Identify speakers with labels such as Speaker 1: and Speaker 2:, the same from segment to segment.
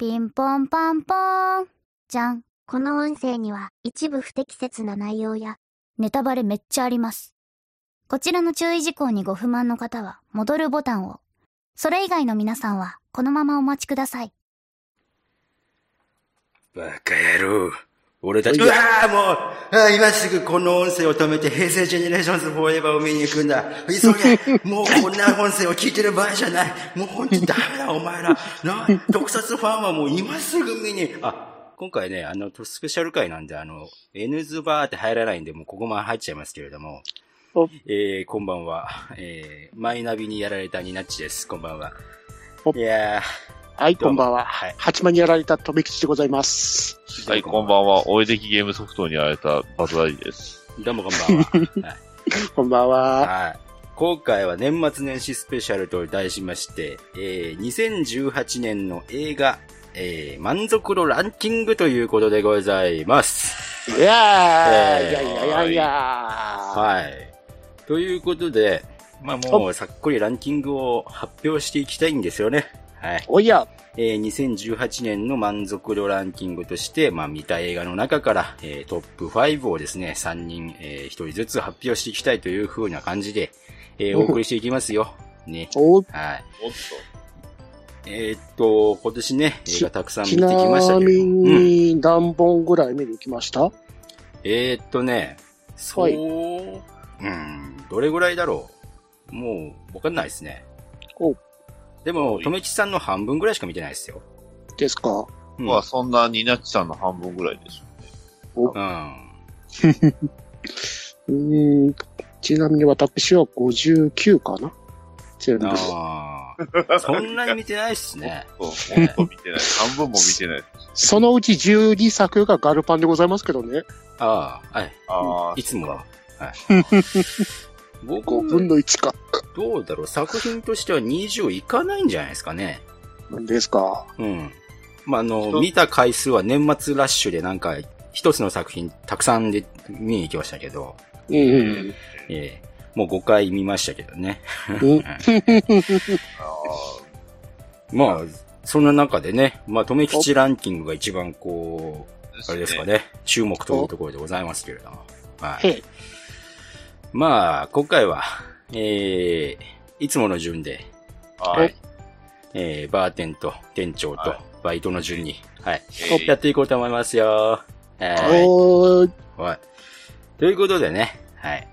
Speaker 1: ピンポンパンポーン。じゃん。
Speaker 2: この音声には一部不適切な内容や、
Speaker 1: ネタバレめっちゃあります。こちらの注意事項にご不満の方は、戻るボタンを。それ以外の皆さんは、このままお待ちください。
Speaker 3: バカ野郎。俺たち、うわあもうあー今すぐこの音声を止めて平成ジェネレーションズフォーエバーを見に行くんだ。急げ もうこんな音声を聞いてる場合じゃないもう本当にダメだお前らな、特撮ファンはもう今すぐ見に、あ、今回ね、あの、スペシャル回なんで、あの、N ズバーって入らないんで、もうここまで入っちゃいますけれども
Speaker 4: お。
Speaker 3: えー、こんばんは。えー、マイナビにやられたニナッチです。こんばんは
Speaker 4: お。
Speaker 3: いやー
Speaker 4: はい、
Speaker 3: ど
Speaker 4: こ
Speaker 3: うんも
Speaker 4: ばんは。
Speaker 3: はい
Speaker 4: 八幡にやられたとめきちでございます。
Speaker 5: はい、こんばんは。おいできゲームソフトにやられたバズラリです。
Speaker 3: どうもこんばん は。
Speaker 4: こんばんは。
Speaker 3: はい。今回は年末年始スペシャルと題しまして、えー、2018年の映画、えー、満足度ランキングということでございます。
Speaker 4: いやー、
Speaker 3: えー
Speaker 4: いやいやいやいやは
Speaker 3: はい。ということで、まあもうさっくりランキングを発表していきたいんですよね。はい。
Speaker 4: おいや、
Speaker 3: えー、2018年の満足度ランキングとして、まあ見た映画の中から、えー、トップ5をですね、3人、えー、1人ずつ発表していきたいという風な感じで、えー、お送りしていきますよ。ね。は
Speaker 4: お、
Speaker 3: い。
Speaker 5: おっ
Speaker 3: えーっと、今年ね、映画たくさん見て
Speaker 4: ち
Speaker 3: きました
Speaker 4: な
Speaker 3: け
Speaker 4: み
Speaker 3: ど、うん、
Speaker 4: に何本ぐらい見に行きました、
Speaker 3: えーっとね、そう、
Speaker 4: はい
Speaker 3: うん、どれぐらいだろう。もう、わかんないですね。
Speaker 4: お
Speaker 3: でも、とめきちさんの半分ぐらいしか見てないですよ。
Speaker 4: ですか
Speaker 3: うん。
Speaker 5: まあ、そんなニナッチさんの半分ぐらいです。
Speaker 3: うん
Speaker 4: うーん、ちなみに私は59かな全部。
Speaker 3: あーそんなに見てないっすね。
Speaker 5: そう、もっと見てない。半分も見てない。
Speaker 4: そのうち12作がガルパンでございますけどね。
Speaker 3: ああ、はい。
Speaker 5: ああ、
Speaker 3: いつもは。はい。僕
Speaker 4: 5分の1か。
Speaker 3: どうだろう作品としては20いかないんじゃないですかね。
Speaker 4: ですか。
Speaker 3: うん。まあ、あの、
Speaker 5: 人
Speaker 3: 見た回数は年末ラッシュでなんか、一つの作品たくさんで見に行きましたけど、
Speaker 4: うんうん。
Speaker 3: ええもう5回見ましたけどね。
Speaker 4: うん
Speaker 5: ああ
Speaker 3: まあ、そんな中でね、まあ、とめきちランキングが一番こう、あれですか。ね、注目というところでございますけれども。は
Speaker 4: へ
Speaker 3: い
Speaker 4: い。
Speaker 3: まあ、今回は、ええいつもの順で、
Speaker 5: はい。
Speaker 3: ええバーテンと店長と
Speaker 5: はい
Speaker 3: バイトの順に、はい、
Speaker 5: え
Speaker 3: や
Speaker 5: ー
Speaker 3: っていこうと思いますよ。はい。
Speaker 4: おー
Speaker 3: はい。ということでね、はい。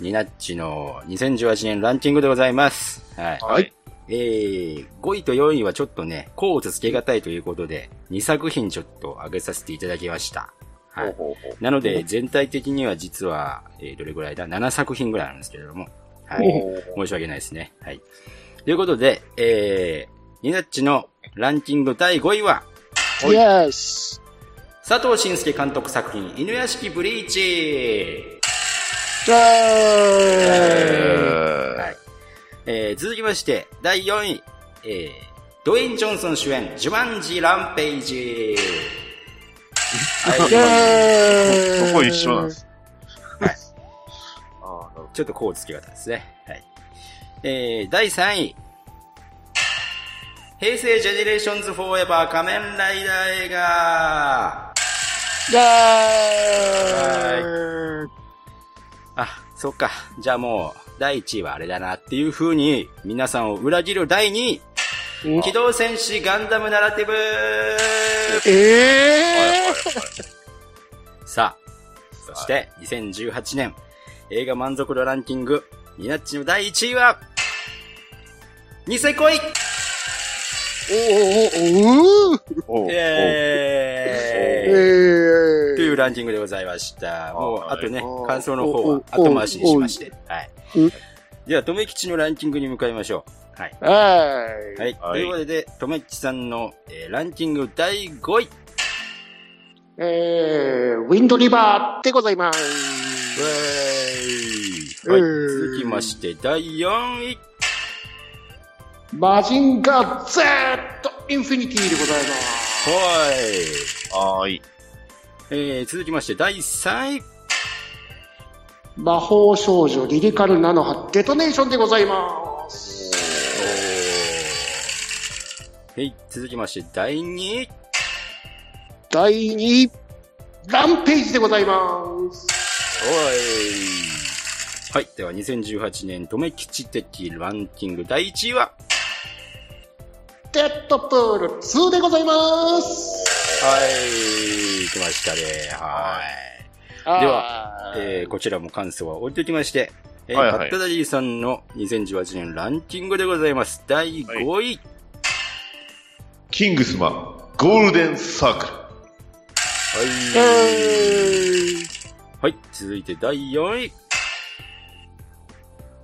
Speaker 3: ニナッチの2018年ランキングでございます。はい。
Speaker 5: はい。
Speaker 3: えー、5位と4位はちょっとね、コーツつけがたいということで、2作品ちょっと上げさせていただきました。は
Speaker 5: ほう
Speaker 3: い。
Speaker 5: ほうほう。
Speaker 3: なので、全体的には実は、えーどれぐらいだ ?7 作品ぐらいなんですけれども。はい。
Speaker 5: ほうほうほう
Speaker 3: 申し訳ないですね。はい。ということで、えー、ニナッチのランキング第5位は、
Speaker 4: イエス
Speaker 3: 佐藤慎介監督作品、犬屋敷ブリーチ
Speaker 4: イエーイ
Speaker 5: え
Speaker 3: はい。えー、続きまして、第4位、えー、ドウェイン・ジョンソン主演、ジュマンジ・ランペイジ。
Speaker 4: イ
Speaker 3: はい。
Speaker 4: エー
Speaker 5: ー
Speaker 4: イ
Speaker 5: そこ一緒なんです。
Speaker 3: はい
Speaker 5: ああ、なるほ
Speaker 3: ちょっとこうつけ方ですね。はい。えー、第3位、平成ジェネレーションズ・フォーエバー仮面ライダー映画。
Speaker 4: イエーイ
Speaker 3: あ、そっか。じゃあもう、第1位はあれだなっていう風に、皆さんを裏切る第2位、
Speaker 4: うん
Speaker 3: 機動戦士ガンダムナラティブ
Speaker 4: え
Speaker 5: ど。はいはい
Speaker 4: え
Speaker 3: さあ、そして、2018年、映画満足度ランキング、ニナッチの第1位は、ニセ恋イ
Speaker 4: ー、おおお
Speaker 5: ほう
Speaker 4: う
Speaker 5: ほう。
Speaker 3: エーイ
Speaker 4: え
Speaker 3: というランキングでございました。もう、
Speaker 5: は
Speaker 3: あ
Speaker 5: い
Speaker 3: とね
Speaker 4: お、
Speaker 3: 感想の方は
Speaker 4: お
Speaker 3: 後回しにしまして。はい
Speaker 4: うん。
Speaker 3: では、とめきちのランキングに向かいましょう。はい。
Speaker 4: はい。
Speaker 3: はい。と
Speaker 5: はい
Speaker 3: いうことで、とめきちさんの、えーランキング第5位。
Speaker 4: えー、ウィンドリバーでございます。
Speaker 3: はい。
Speaker 4: えー
Speaker 3: 続きまして、第4位。
Speaker 4: マジンガー Z インフィニティでございます。
Speaker 3: はい。
Speaker 5: はーい。
Speaker 3: えー、続きまして、第3位。
Speaker 4: 魔法少女リリカルナノハデトネーションでございます。
Speaker 3: おーはい、続きまして、第2位。
Speaker 4: 第2位、ランページでございます。
Speaker 3: おい。はい、では2018年、留め吉的ランキング第1位は、
Speaker 4: デッドプール2でございます。
Speaker 3: はい、来ましたね。はい。で
Speaker 4: は
Speaker 3: えーこちらも感想は置いておきまして、えー
Speaker 5: はいはい
Speaker 3: ハッタダディさんの2018年ランキングでございます。第5位。
Speaker 6: キングスマン、ゴールデンサークル。
Speaker 3: はい、続いて第4位。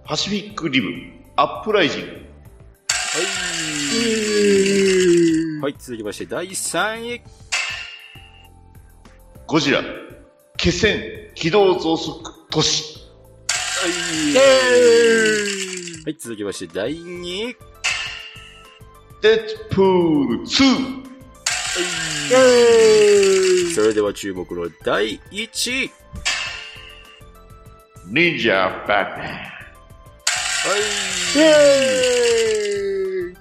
Speaker 6: パシフィックリブ、アップライジング。
Speaker 3: はい、続きまして第3位。
Speaker 6: ゴジラ、気仙、機動増速都市。
Speaker 3: はい、続きまして第2位。
Speaker 6: デッドプール2。
Speaker 3: それでは注目の第1位。
Speaker 6: 忍者バッタ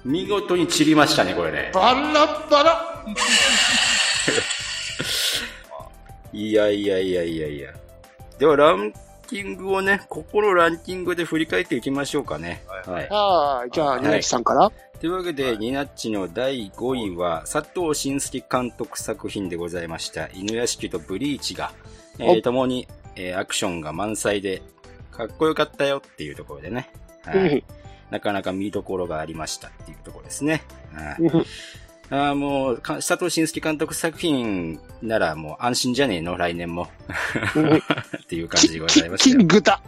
Speaker 3: 見事に散りましたね、これね。
Speaker 4: バラバラ。
Speaker 3: いやいやいやいやいや。では、ランキングをね、ここのランキングで振り返っていきましょうかね。はい。
Speaker 4: はい、じゃあ、ニナチさんから。
Speaker 3: というわけで、ニナッチの第5位は、佐藤慎介監督作品でございました、犬屋敷とブリーチが、えー
Speaker 4: お
Speaker 3: 共に、えーアクションが満載で、かっこよかったよっていうところでね、はい
Speaker 4: うん
Speaker 3: なかなか見どころがありましたっていうところですね。はい
Speaker 4: うん
Speaker 3: あーもう、か佐藤慎介監督作品ならもう安心じゃねえの来年も。っていう感じでございまし
Speaker 4: キ
Speaker 3: たよ
Speaker 4: ン。グだ。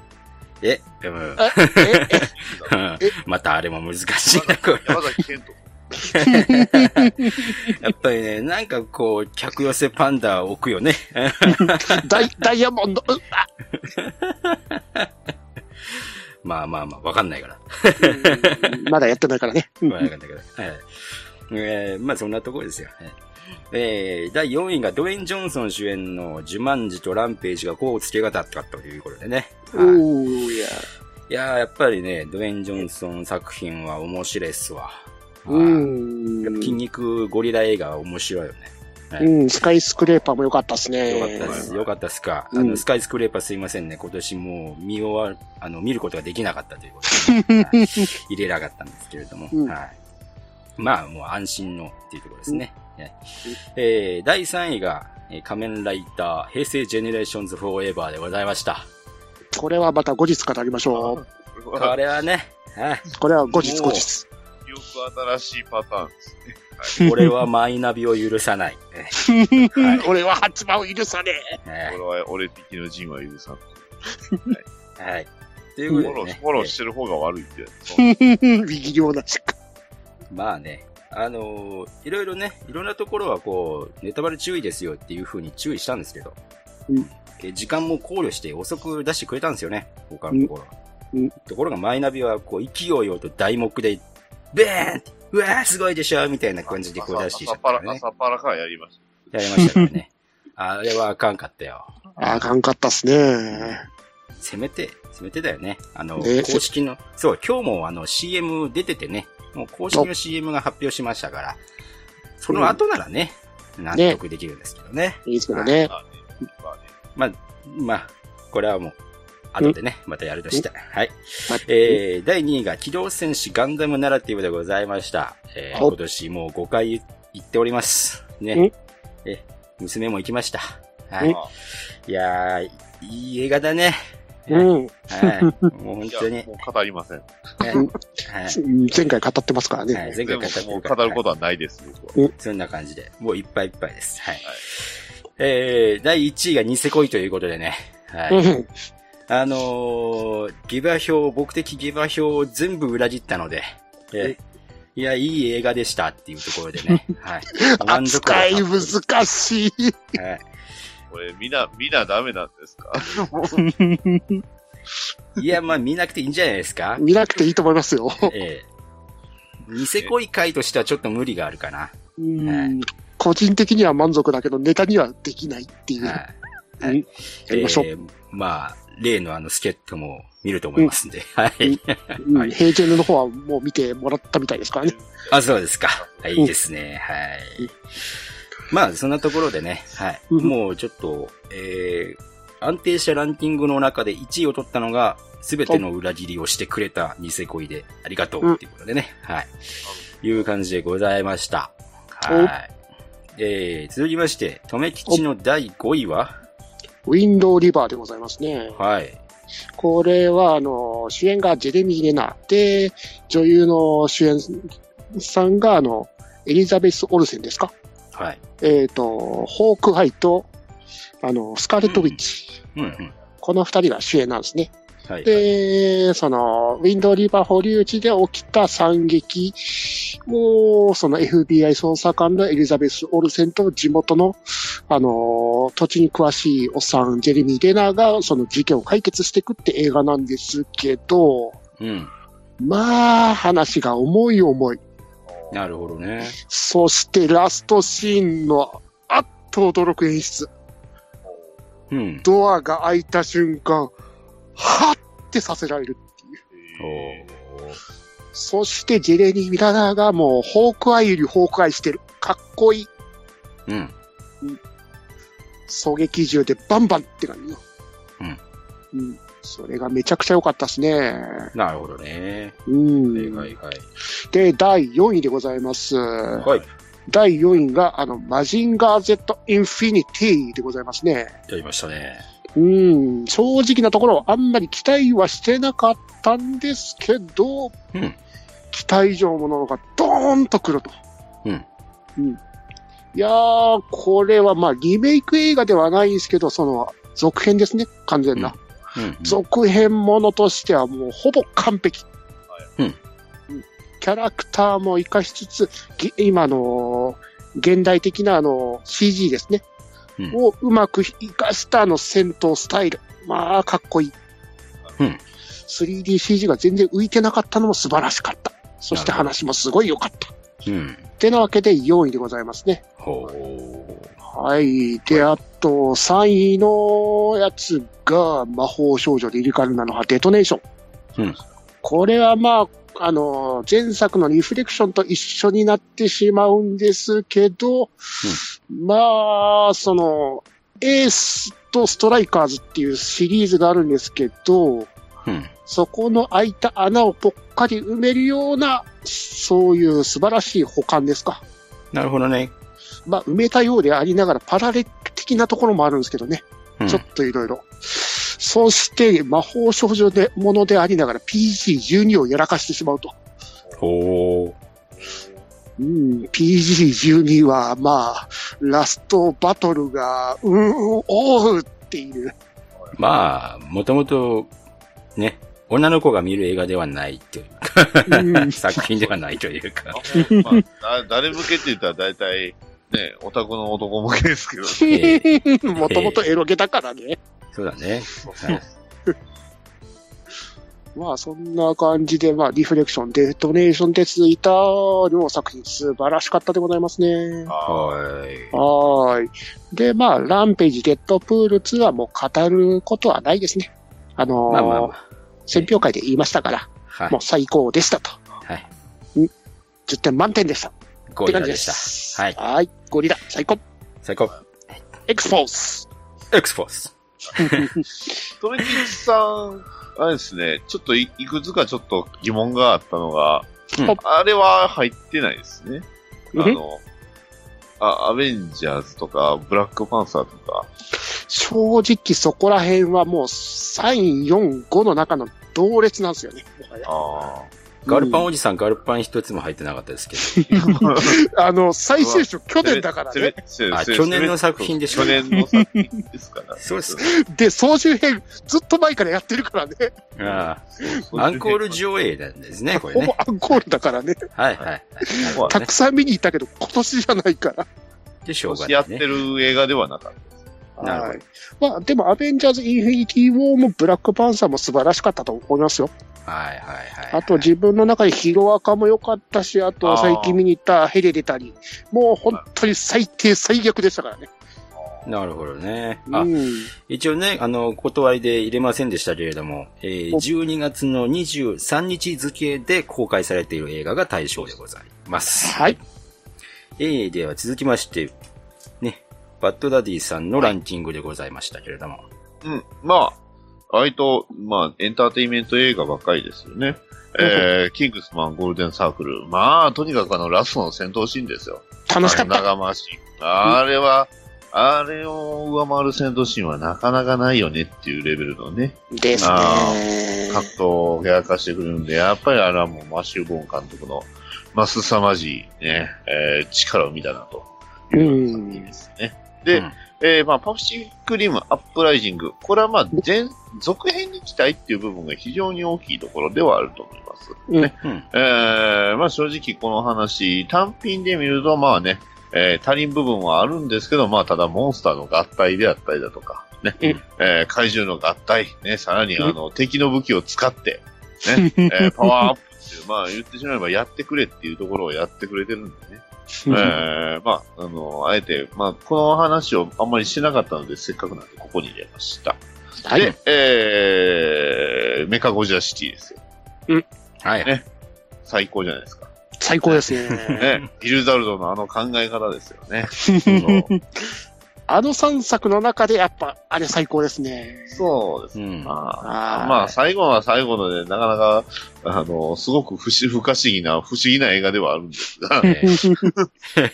Speaker 3: え、うん
Speaker 4: え、え、え、
Speaker 3: またあれも難しいな、 これ。
Speaker 5: 山崎健人。
Speaker 3: やっぱりね、なんかこう、客寄せパンダを置くよね。
Speaker 4: ダイ、ダイヤモンド。うあ
Speaker 3: まあまあまあ、わかんないから。
Speaker 4: うんまだやってないからね。うん
Speaker 3: わかんないから。はい。えー、まあそんなところですよ。はいえー、第4位がドウェイン・ジョンソン主演のジュマンジとランページがこうつけがたったということでね。はい
Speaker 4: おーいや。
Speaker 3: いやー、やっぱりね、ドウェイン・ジョンソン作品は面白いっすわ。
Speaker 4: う
Speaker 3: はいやっぱ筋
Speaker 4: ん。
Speaker 3: 肉ゴリラ映画は面白いよね。
Speaker 4: うん、スカイスクレーパーも良かったです
Speaker 3: よか
Speaker 4: ね。
Speaker 3: ったです。よかったっすか。
Speaker 4: うん
Speaker 3: あの、スカイスクレーパーすいませんね。今年もう見終わる、あの、見ることができなかったということで、 はい入れなかったんですけれども、
Speaker 4: うん
Speaker 3: はい。まあ、もう安心のっていうところですね。はいえー、第3位が、えー仮面ライター、平成ジェネレーションズフォーエバーでございました。
Speaker 4: これはまた後日語りましょう。
Speaker 5: こ
Speaker 3: これはね、はい。
Speaker 4: これは後日後日。
Speaker 5: 記憶新しいパターンですね。
Speaker 3: これはマイナビを許さ ない。はい
Speaker 4: 俺は発売を許さね
Speaker 3: は
Speaker 5: これは俺的の陣は許さん。
Speaker 3: い。はい。という
Speaker 5: フォ
Speaker 3: こと
Speaker 5: ロ
Speaker 3: で、
Speaker 5: ー、
Speaker 3: ね
Speaker 5: フォローしてる方が悪いってやつ。
Speaker 4: え。右両なしか。
Speaker 3: まあね、あのーいろいろね、いろんなところはこう、ネタバレ注意ですよっていう風に注意したんですけど、
Speaker 4: うん
Speaker 3: で時間も考慮して遅く出してくれたんですよね、他のところは。
Speaker 4: うんうん
Speaker 3: ところがマイナビはこう、勢いよと題目で、ベーンってうわーすごいでしょみたいな感じでこう出してきちゃっ
Speaker 5: 朝
Speaker 3: から
Speaker 5: ったぱ、
Speaker 3: らね。
Speaker 5: 朝っぱらからやりまし
Speaker 3: やりましたからね。あれはあかんかったよ。
Speaker 4: あかんかったっすね。
Speaker 3: せめて、せめてだよね。あの、
Speaker 4: ね
Speaker 3: 公式の、そう、今日もあの CM 出ててね、もう公式の CM が発表しましたから、その後ならね、納得できるんですけどね。
Speaker 4: いいですけどね。
Speaker 5: た。まあね。
Speaker 3: まあ、まあ、これはもう、後でね、またやるとして。はい。
Speaker 4: はい
Speaker 3: えー、第2位が機動戦士ガンダムナラティブでございました。えー、
Speaker 4: お
Speaker 3: 今年もう5回行っております。ね
Speaker 4: ん。
Speaker 3: え、娘も行きました。はい
Speaker 5: ん。
Speaker 3: いやー、いい映画だね。
Speaker 4: うん。
Speaker 3: はい。もう本
Speaker 5: いや
Speaker 3: 当に。
Speaker 5: もう語りません。
Speaker 3: はい。
Speaker 4: 前回語ってますから
Speaker 3: は
Speaker 4: ね。
Speaker 3: い、前回語って
Speaker 5: でももう
Speaker 3: から
Speaker 5: 語ることはないです、僕は。
Speaker 3: そんな感じで、もういっぱいいっぱいです。はい。えー、第1位がニセ恋ということでね。は
Speaker 4: う
Speaker 3: い。
Speaker 4: ん。
Speaker 3: あのー、ギバ表、僕的ギバ表を全部裏切ったので、えーいや、いい映画でしたっていうところで ね。はい。満足
Speaker 4: 扱
Speaker 3: 感
Speaker 4: い難しい。
Speaker 3: はい
Speaker 5: これ、みんな、みんなダメなんですか
Speaker 3: いや、まあ見なくていいんじゃないですか
Speaker 4: 見なくていいと思いますよ。
Speaker 3: ええニセ恋会としてはちょっと無理があるかな。
Speaker 4: うん個人的には満足だけど、ネタにはできないっていう。
Speaker 3: はい。はい
Speaker 4: うんやりましょう。
Speaker 3: えーまあ、例のあの、スケットも見ると思いますんで。はい。
Speaker 4: うんヘイジェルの方はもう見てもらったみたいですからね。
Speaker 3: あ、そうですか。はい、
Speaker 4: うん
Speaker 3: いいですね。はい。まあ、そんなところでね、はい。
Speaker 4: うん
Speaker 3: もうちょっと、えー、安定したランキングの中で1位を取ったのが、すべての裏切りをしてくれたニセ恋で、ありがとうっていうことでね、はい。いう感じでございました。はい。えー、続きまして、とめ吉の第5位は
Speaker 4: ウィンドウリバーでございますね。
Speaker 3: はい。
Speaker 4: これは、あの、主演がジェレミー・レナーで、女優の主演さんが、あの、エリザベス・オルセンですか
Speaker 3: はい。
Speaker 4: えっ、と、ホーク・ハイと、あの、スカーレット・ウィッチ。
Speaker 3: うん、うん。
Speaker 4: この二人が主演なんですね。
Speaker 3: はい。
Speaker 4: で、その、ウィンドウリバー保留地で起きた惨劇も、その FBI 捜査官のエリザベス・オルセンと地元の、あの、土地に詳しいおっさん、ジェレミー・レナーが、その事件を解決していくって映画なんですけど、
Speaker 3: うん。
Speaker 4: まあ、話が重い重い。
Speaker 3: なるほどね。
Speaker 4: そしてラストシーンの、あっと驚く演出。
Speaker 3: うん。
Speaker 4: ドアが開いた瞬間、はっってさせられるっていう。
Speaker 3: おー
Speaker 4: そしてジェレニー・ミラナーがもう、ホークアイよりホークアイしてる。かっこいい。
Speaker 3: うん。
Speaker 4: 狙撃銃でバンバンって感じの。うん。うん。それがめちゃくちゃ良かったですね。
Speaker 3: なるほどね。
Speaker 4: うん。
Speaker 3: はいはいはい。
Speaker 4: で、第4位でございます。
Speaker 3: はい。
Speaker 4: 第4位が、あの、マジンガー Z インフィニティでございますね。
Speaker 3: やりましたね。
Speaker 4: うん。正直なところ、あんまり期待はしてなかったんですけど、
Speaker 3: うん
Speaker 4: 期待以上のものがドーンと来ると。
Speaker 3: うん。
Speaker 4: うん。いやー、これはまあ、リメイク映画ではないんですけど、その、続編ですね、完全な。
Speaker 3: うん。
Speaker 4: 続編ものとしてはもうほぼ完璧。
Speaker 3: うん
Speaker 4: うん。キャラクターも活かしつつ、ぎ今の、現代的なあの、CG ですね。
Speaker 3: うん
Speaker 4: をうまく活かしたあの戦闘スタイル。まあ、かっこいい。
Speaker 3: うん。
Speaker 4: 3DCG が全然浮いてなかったのも素晴らしかった。そして
Speaker 3: なるほど
Speaker 4: 話もすごい良かった。
Speaker 3: うん。
Speaker 4: てなわけで4位でございますね。
Speaker 3: ほう。
Speaker 4: はい。で、あと、3位のやつが、魔法少女リリカルナのデトネーション。
Speaker 3: うん
Speaker 4: これはまあ、あの、前作のリフレクションと一緒になってしまうんですけど、まあ、その、エースとストライカーズっていうシリーズがあるんですけ
Speaker 3: う
Speaker 4: ど、
Speaker 3: ん。
Speaker 4: そこの空いた穴をぽっかり埋めるような、そういう素晴らしい補完ですか。
Speaker 3: なるほどね。
Speaker 4: まあ、埋めたようでありながら、パラレル的なところもあるんですけどね。
Speaker 3: うん
Speaker 4: ちょっといろいろ。そして、魔法少女で、ものでありながら PG12 をやらかしてしまうと。
Speaker 3: ほう。
Speaker 4: うん、PG12 は、まあ、ラストバトルが、うーん、おうっていう。
Speaker 3: まあ、もともと、ね、女の子が見る映画ではないという
Speaker 4: う
Speaker 3: か、
Speaker 4: ん
Speaker 3: 作品ではないというか、
Speaker 6: まあ、だ誰向けって言ったら大体、ね、オタクの男向けですけ ど。
Speaker 4: もともとエロゲだからね。
Speaker 3: そうだね。はい
Speaker 4: まあ、そんな感じで、まあ、リフレクション、デトネーションで続いた両作品、素晴らしかったでございますね。
Speaker 6: あ
Speaker 3: は
Speaker 4: はーい。で、まあ、ランページ、デッドプール2はもう語ることはないですね。あのー
Speaker 3: い。まあまあま
Speaker 4: 選評会で言いましたから、
Speaker 3: あ。は
Speaker 4: も
Speaker 3: い。
Speaker 4: う最高でしたと。
Speaker 3: はい。
Speaker 4: 10点満点でした。っ
Speaker 3: ゴリ
Speaker 4: て感
Speaker 3: ラ
Speaker 4: じで
Speaker 3: で
Speaker 4: し。
Speaker 3: したた。はい
Speaker 4: はい。ゴリラ、最高。
Speaker 3: 最高。
Speaker 4: エクスポース。
Speaker 3: エクスフォース。
Speaker 6: トメキチさん、あれですね、ちょっといいくつかちょっと疑問があったのが、
Speaker 3: うん
Speaker 6: あれは入ってないですね。
Speaker 4: うん
Speaker 6: あの、あアベンジャーズとか、ブラックパンサーとか、
Speaker 4: 正直そこら辺はもう3、4、5の中の同列なんですよね。 もはや
Speaker 6: あ
Speaker 3: ガルパン
Speaker 4: うん
Speaker 3: おじさん、ガルパン一つも入ってなかったですけ
Speaker 4: あの、最終章去
Speaker 6: 去
Speaker 4: 年だからね。
Speaker 6: あ
Speaker 3: あ去年の作品でしょ
Speaker 6: 去年の作品ですから
Speaker 3: ど。。そうです。
Speaker 4: で、総集編、ずっと前からやってるから ね。
Speaker 3: ああ。アンコール上映なんですね、これ
Speaker 4: ほぼ
Speaker 3: ね。
Speaker 4: アンコールだからね。
Speaker 3: はいはいはい。
Speaker 6: まあ
Speaker 4: た
Speaker 6: ね
Speaker 4: くさん見に行ったけど、今年じゃないから。
Speaker 3: で、しょうが
Speaker 6: 今年や
Speaker 3: な
Speaker 6: っ
Speaker 3: い
Speaker 6: て
Speaker 3: ね。
Speaker 6: る映画ではなかったです。
Speaker 3: なるほど
Speaker 4: はい。まあ、でも、アベンジャーズ・インフィニティ・ウォーも、ブラック・パンサーも素晴らしかったと思いますよ。
Speaker 3: はいはいはい。
Speaker 4: あと、自分の中でヒロアカも良かったし、あと、
Speaker 6: あー
Speaker 4: 最近見に行ったヘレ出たり、もう本当に最低、最悪でしたからね。
Speaker 3: なるほどね。
Speaker 4: う
Speaker 3: あ、
Speaker 4: ん。
Speaker 3: 一応ね、あの、お断りで入れませんでしたけれども、えー
Speaker 4: お
Speaker 3: 12月の23日付で公開されている映画が対象でございます。
Speaker 4: はい。
Speaker 3: えーでは続きまして、ね、バッドダディさんのランキングでございましたけれども、
Speaker 6: うん。まあ、割と、まあ、エンターテインメント映画ばっかりですよね。えー、キングスマン、ゴールデンサークル。まあ、とにかくあの、ラストの戦闘シーンですよ。
Speaker 4: 楽しかっ
Speaker 6: あれ
Speaker 4: た。
Speaker 6: 長回し。あれは、あれを上回る戦闘シーンはなかなかないよねっていうレベルのね、
Speaker 4: です
Speaker 6: あ
Speaker 4: ね。
Speaker 6: 格闘をやらかしてくるんで、やっぱりあれはもうマシュー・ボーン監督の、まあ、凄まじいね、えー力を見たなという感じですね。で、
Speaker 3: うん
Speaker 6: えーまあ、パフシックリムアップライジング、これはまあ、前、続編に期待っていう部分が非常に大きいところではあると思います。
Speaker 3: うん、
Speaker 6: えーまあ正直この話、単品で見ると、まあね、えー、足りん部分はあるんですけど、まあただモンスターの合体であったりだとか、ね、
Speaker 4: うん
Speaker 6: えー怪獣の合体、ね、さらにあの、敵の武器を使って、ね、えーパワーアップっていう、まあ言ってしまえばやってくれっていうところをやってくれてるんでね。えーまあ、あの、あえて、まあこの話をあんまりしなかったので、せっかくなんでここに入れました。
Speaker 4: はい
Speaker 6: で、えーメカゴジラシティですよ。
Speaker 3: はい。
Speaker 6: ね最高じゃないですか。
Speaker 4: 最高です ね。
Speaker 6: ね、ビルザルドのあの考え方ですよね。そう
Speaker 4: あの3作の中でやっぱ、あれ最高ですね。
Speaker 6: そうです
Speaker 3: う
Speaker 6: ね。
Speaker 3: ん。
Speaker 6: ま
Speaker 4: あ
Speaker 6: あ、
Speaker 4: ー
Speaker 6: まあ、最後は最後ので、なかなか、あの、すごく不思不可思議な、不思議な映画ではあるんですが、
Speaker 3: えー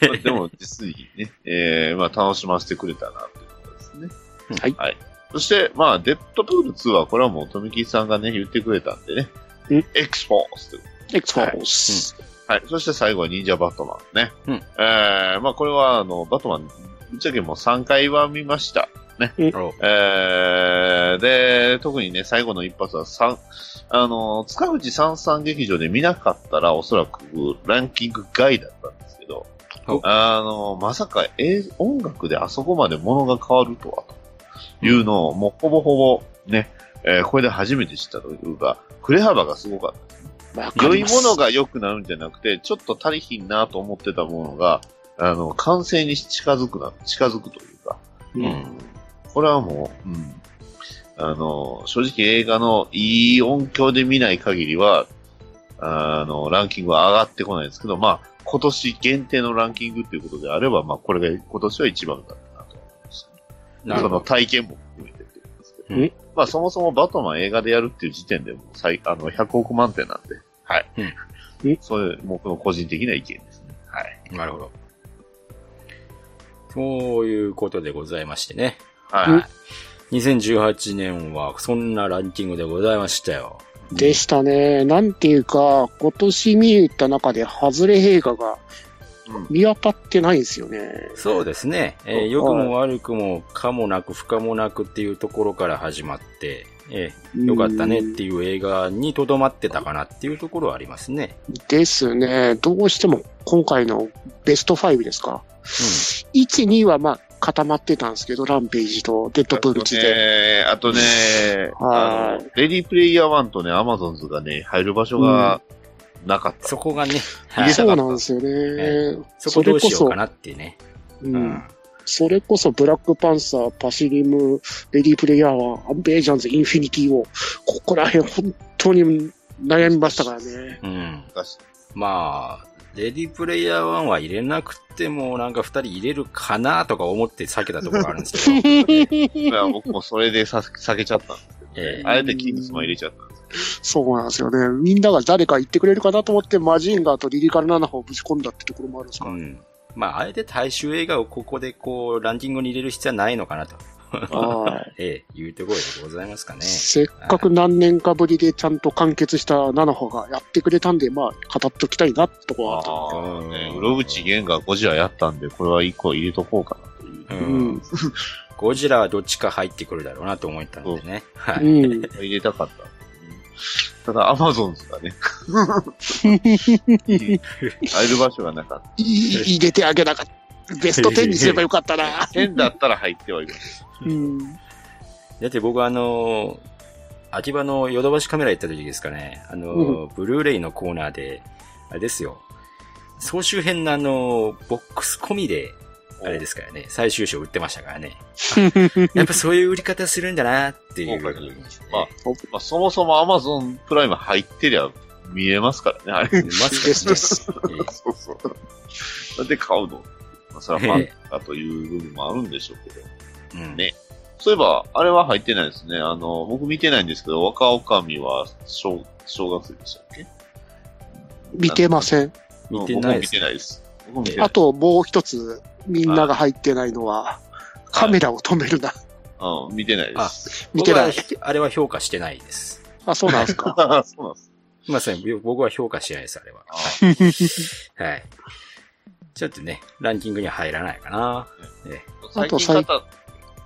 Speaker 6: まあでも実にね、 えーまあ、楽しませてくれたな、ということですね。
Speaker 4: はい。
Speaker 6: そして、まあ、デッドプール2は、これはもう、富木さんがね、言ってくれたんでね
Speaker 4: うん、
Speaker 6: エクスポースという
Speaker 4: エクスフォース。
Speaker 6: はい。そして最後は忍者バットマンね。
Speaker 3: うん
Speaker 6: えー、まあこれは、あの、バットマン、ぶっちゃけもう3回は見ました。ね。
Speaker 4: うん
Speaker 3: お
Speaker 6: えー、で、特にね、最後の一発は三あの、塚口三三劇場で見なかったら、おそらくランキング外だったんですけど
Speaker 3: お、
Speaker 6: あの、まさか、えー音楽であそこまで物が変わるとは、というのを、もうほぼほぼ、ね、えーこれで初めて知ったというか、振れ幅がすごかった。
Speaker 4: わか
Speaker 6: 良
Speaker 4: り
Speaker 6: い
Speaker 4: ま
Speaker 6: も
Speaker 4: す
Speaker 6: のが良くなるんじゃなくて、ちょっと足りひんなと思ってたものが、あの、完成に近づくな、近づくというか、
Speaker 4: うん
Speaker 6: うんこれはもう、うんあの、正直映画のいい音響で見ない限りは、あの、ランキングは上がってこないですけど、まあ、今年限定のランキングということであれば、まあ、これが今年は一番だったなと思います。
Speaker 3: なる
Speaker 6: そ
Speaker 3: ほ
Speaker 6: の
Speaker 3: ど。
Speaker 6: 体験も含めてってことですけど、
Speaker 4: うん
Speaker 6: まあそもそもバトマン映画でやるっていう時点でもう最あの100億万点なんで、はい。
Speaker 4: うん
Speaker 6: そういう僕の個人的な意見ですね。はい。
Speaker 3: なるほど。そういうことでございましてね。
Speaker 6: はい。
Speaker 3: 2018年はそんなランキングでございましたよ。
Speaker 4: でしたね。なんていうか、今年見に行った中で、外れ映画が
Speaker 6: うん
Speaker 4: 見当たってないんですよね。
Speaker 3: そうですね。えー良くも悪くも、かもなく不可もなくっていうところから始まって、えー良かったねっていう映画にとどまってたかなっていうところはありますね。
Speaker 4: ですね。どうしても今回のベスト5ですか。1、2はまあ固まってたんですけど、ランページとデッドプール2で。
Speaker 6: えあとね、
Speaker 4: は
Speaker 6: あの、レディープレイヤー1とね、アマゾンズがね、入る場所がなかっ
Speaker 3: そこがね、
Speaker 6: う
Speaker 3: は
Speaker 6: ん
Speaker 3: い
Speaker 6: いい
Speaker 4: そうなんですよね。
Speaker 3: そこどうしようかなっていうね。
Speaker 4: う
Speaker 3: うんん。
Speaker 4: それこそブラックパンサー、パシリム、レディープレイヤーは、アンベージャンズ、インフィニティを、ここら辺本当に悩みましたからね。
Speaker 3: うん。
Speaker 6: たし、
Speaker 3: まあ、レディープレイヤー1は入れなくても、なんか二人入れるかなとか思って避けたところがあるんです けど、
Speaker 6: いや僕もそれでさ 避けちゃったんですけど、
Speaker 3: え
Speaker 6: ね、あえてキングスマン入れちゃったんです
Speaker 4: そうなんですよね。みんなが誰か言ってくれるかなと思って、マジンガーとリリカルナナホをぶち込んだってところもあるんです
Speaker 3: う
Speaker 4: か。
Speaker 3: ん。まあ、あえて大衆映画をここでこう、ランキングに入れる必要はないのかなと、
Speaker 4: はい。
Speaker 3: ええ、いうところでございますかね。
Speaker 4: せっかく何年かぶりでちゃんと完結したナナホがやってくれたんで、まあ、語っときたいなってところはあった。
Speaker 6: あ
Speaker 3: ー
Speaker 6: あ、ね、うろぶちがゴジラやったんで、これは一個入れとこうかなという。
Speaker 3: うん。ゴジラはどっちか入ってくるだろうなと思ったんでね。は
Speaker 4: う
Speaker 3: い。
Speaker 4: ん。
Speaker 6: 入れたかった。ただ、アマゾンズ がね。入る場所がなかった。
Speaker 4: いい入れてあげなかった。ベスト10にすればよかった な。
Speaker 6: 変だったら入ってはいる。
Speaker 4: うん。
Speaker 3: だって僕あのー秋葉のヨドバシカメラ行った時ですかね、あのーブルーレイのコーナーで、あれですよ、総集編のあのーボックス込みで、あれですからね、最終章売ってましたから ね。やっぱそういう売り方するんだなっていう。
Speaker 6: 今回のまあまあ、そもそも Amazon プライム入ってりゃ見えますからね、あれ。
Speaker 3: マスクですね。
Speaker 6: そうそう。だって買うの。まあ、それはファンだという部分もあるんでしょうけど。
Speaker 3: うん
Speaker 6: ねそういえば、あれは入ってないですね。あの、僕見てないんですけど、若女将は小小学生でしたっけ
Speaker 4: 見てません。
Speaker 3: 見てない
Speaker 6: 僕も見てないです。僕も見てない
Speaker 4: あともう一つ、みんなが入ってないのは、カメラを止めるな。
Speaker 6: うん、見てないです。
Speaker 4: 見てない。
Speaker 3: 僕はあれは評価してないです。
Speaker 4: あ、そうなんです か。
Speaker 6: あそうなんです。
Speaker 3: まさに僕は評価してないです、あれは。
Speaker 6: あ
Speaker 3: はい。ちょっとね、ランキングには入らないかな。ね、
Speaker 6: 最
Speaker 4: あと
Speaker 6: 近
Speaker 4: 最
Speaker 6: 方、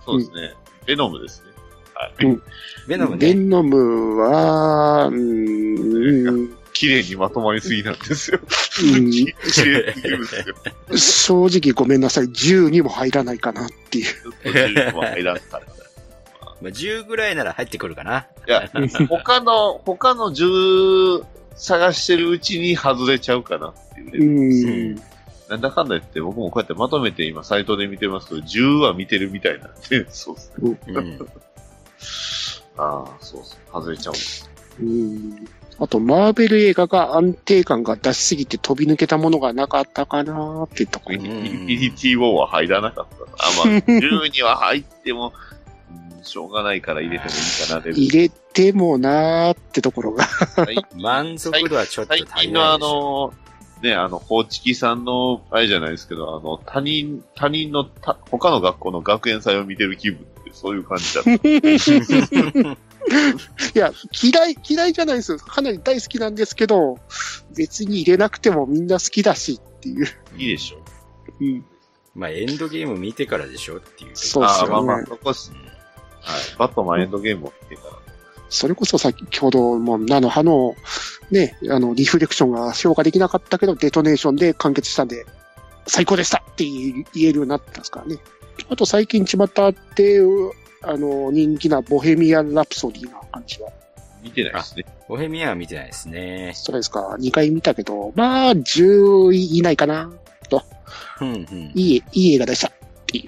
Speaker 6: そうですね。ベノムですね。は
Speaker 4: う
Speaker 6: い
Speaker 4: ん。
Speaker 3: ベノム
Speaker 4: ベ
Speaker 3: ね、
Speaker 4: ノムは、うーん、うん
Speaker 6: 綺麗にまとまりすぎなんですよ。
Speaker 4: うん
Speaker 6: 綺麗すぎるんですよ。
Speaker 4: 正直ごめんなさい、10にも入らないかなっていう。
Speaker 6: ちょっと10は入らんかった。
Speaker 3: まあ、10ぐらいなら入ってくるかな。
Speaker 6: いや、他の、他の10探してるうちに外れちゃうかなっていう
Speaker 4: う
Speaker 6: ね。
Speaker 4: ん。
Speaker 6: なんだかんだ言って、僕もこうやってまとめて今サイトで見てますけど、10は見てるみたいなん で、そうですね。
Speaker 3: うん。
Speaker 6: ああ、そうそう。外れちゃうんです。
Speaker 4: うんあと、マーベル映画が安定感が出しすぎて飛び抜けたものがなかったかなーってとこ
Speaker 6: インフ
Speaker 3: ん
Speaker 6: ィニティウォーは入らなかったな。あ、まあ、10には入っても、うんしょうがないから入れてもいいかな、レベル
Speaker 4: 入れてもなーってところが。
Speaker 3: 満足度はちょっと足りな
Speaker 6: 最
Speaker 3: い
Speaker 6: 近
Speaker 3: でし
Speaker 6: のあ
Speaker 3: ょ
Speaker 6: の、ね、あの、ホーチキさんの、あれじゃないですけど、あの、他人、他人の他、他の学校の学園祭を見てる気分って、そういう感じだった。
Speaker 4: いや、嫌い、嫌いじゃないですよ。かなり大好きなんですけど、別に入れなくてもみんな好きだしっていう。
Speaker 6: いいでしょう。
Speaker 4: うん。
Speaker 3: まあ、エンドゲーム見てからでしょっていう。
Speaker 4: そうっ
Speaker 6: あ
Speaker 4: す
Speaker 6: あ、まあ
Speaker 4: よ
Speaker 6: まあ、
Speaker 4: ね。
Speaker 6: そこですね。はい。バットマンエンドゲームを見てから。
Speaker 4: それこそ先ほども、菜の葉の、ね、あの、リフレクションが消化できなかったけど、デトネーションで完結したんで、最高でしたって言えるようになったんですからね。あと最近巷で、うあの、人気なボヘミアン・ラプソディな感じは。
Speaker 6: 見てないですね。
Speaker 3: ボヘミアンは見てないですね。
Speaker 4: そうですか。2回見たけど、まあ、10位以内かな。
Speaker 3: うん
Speaker 4: いい、いい映画でしたってい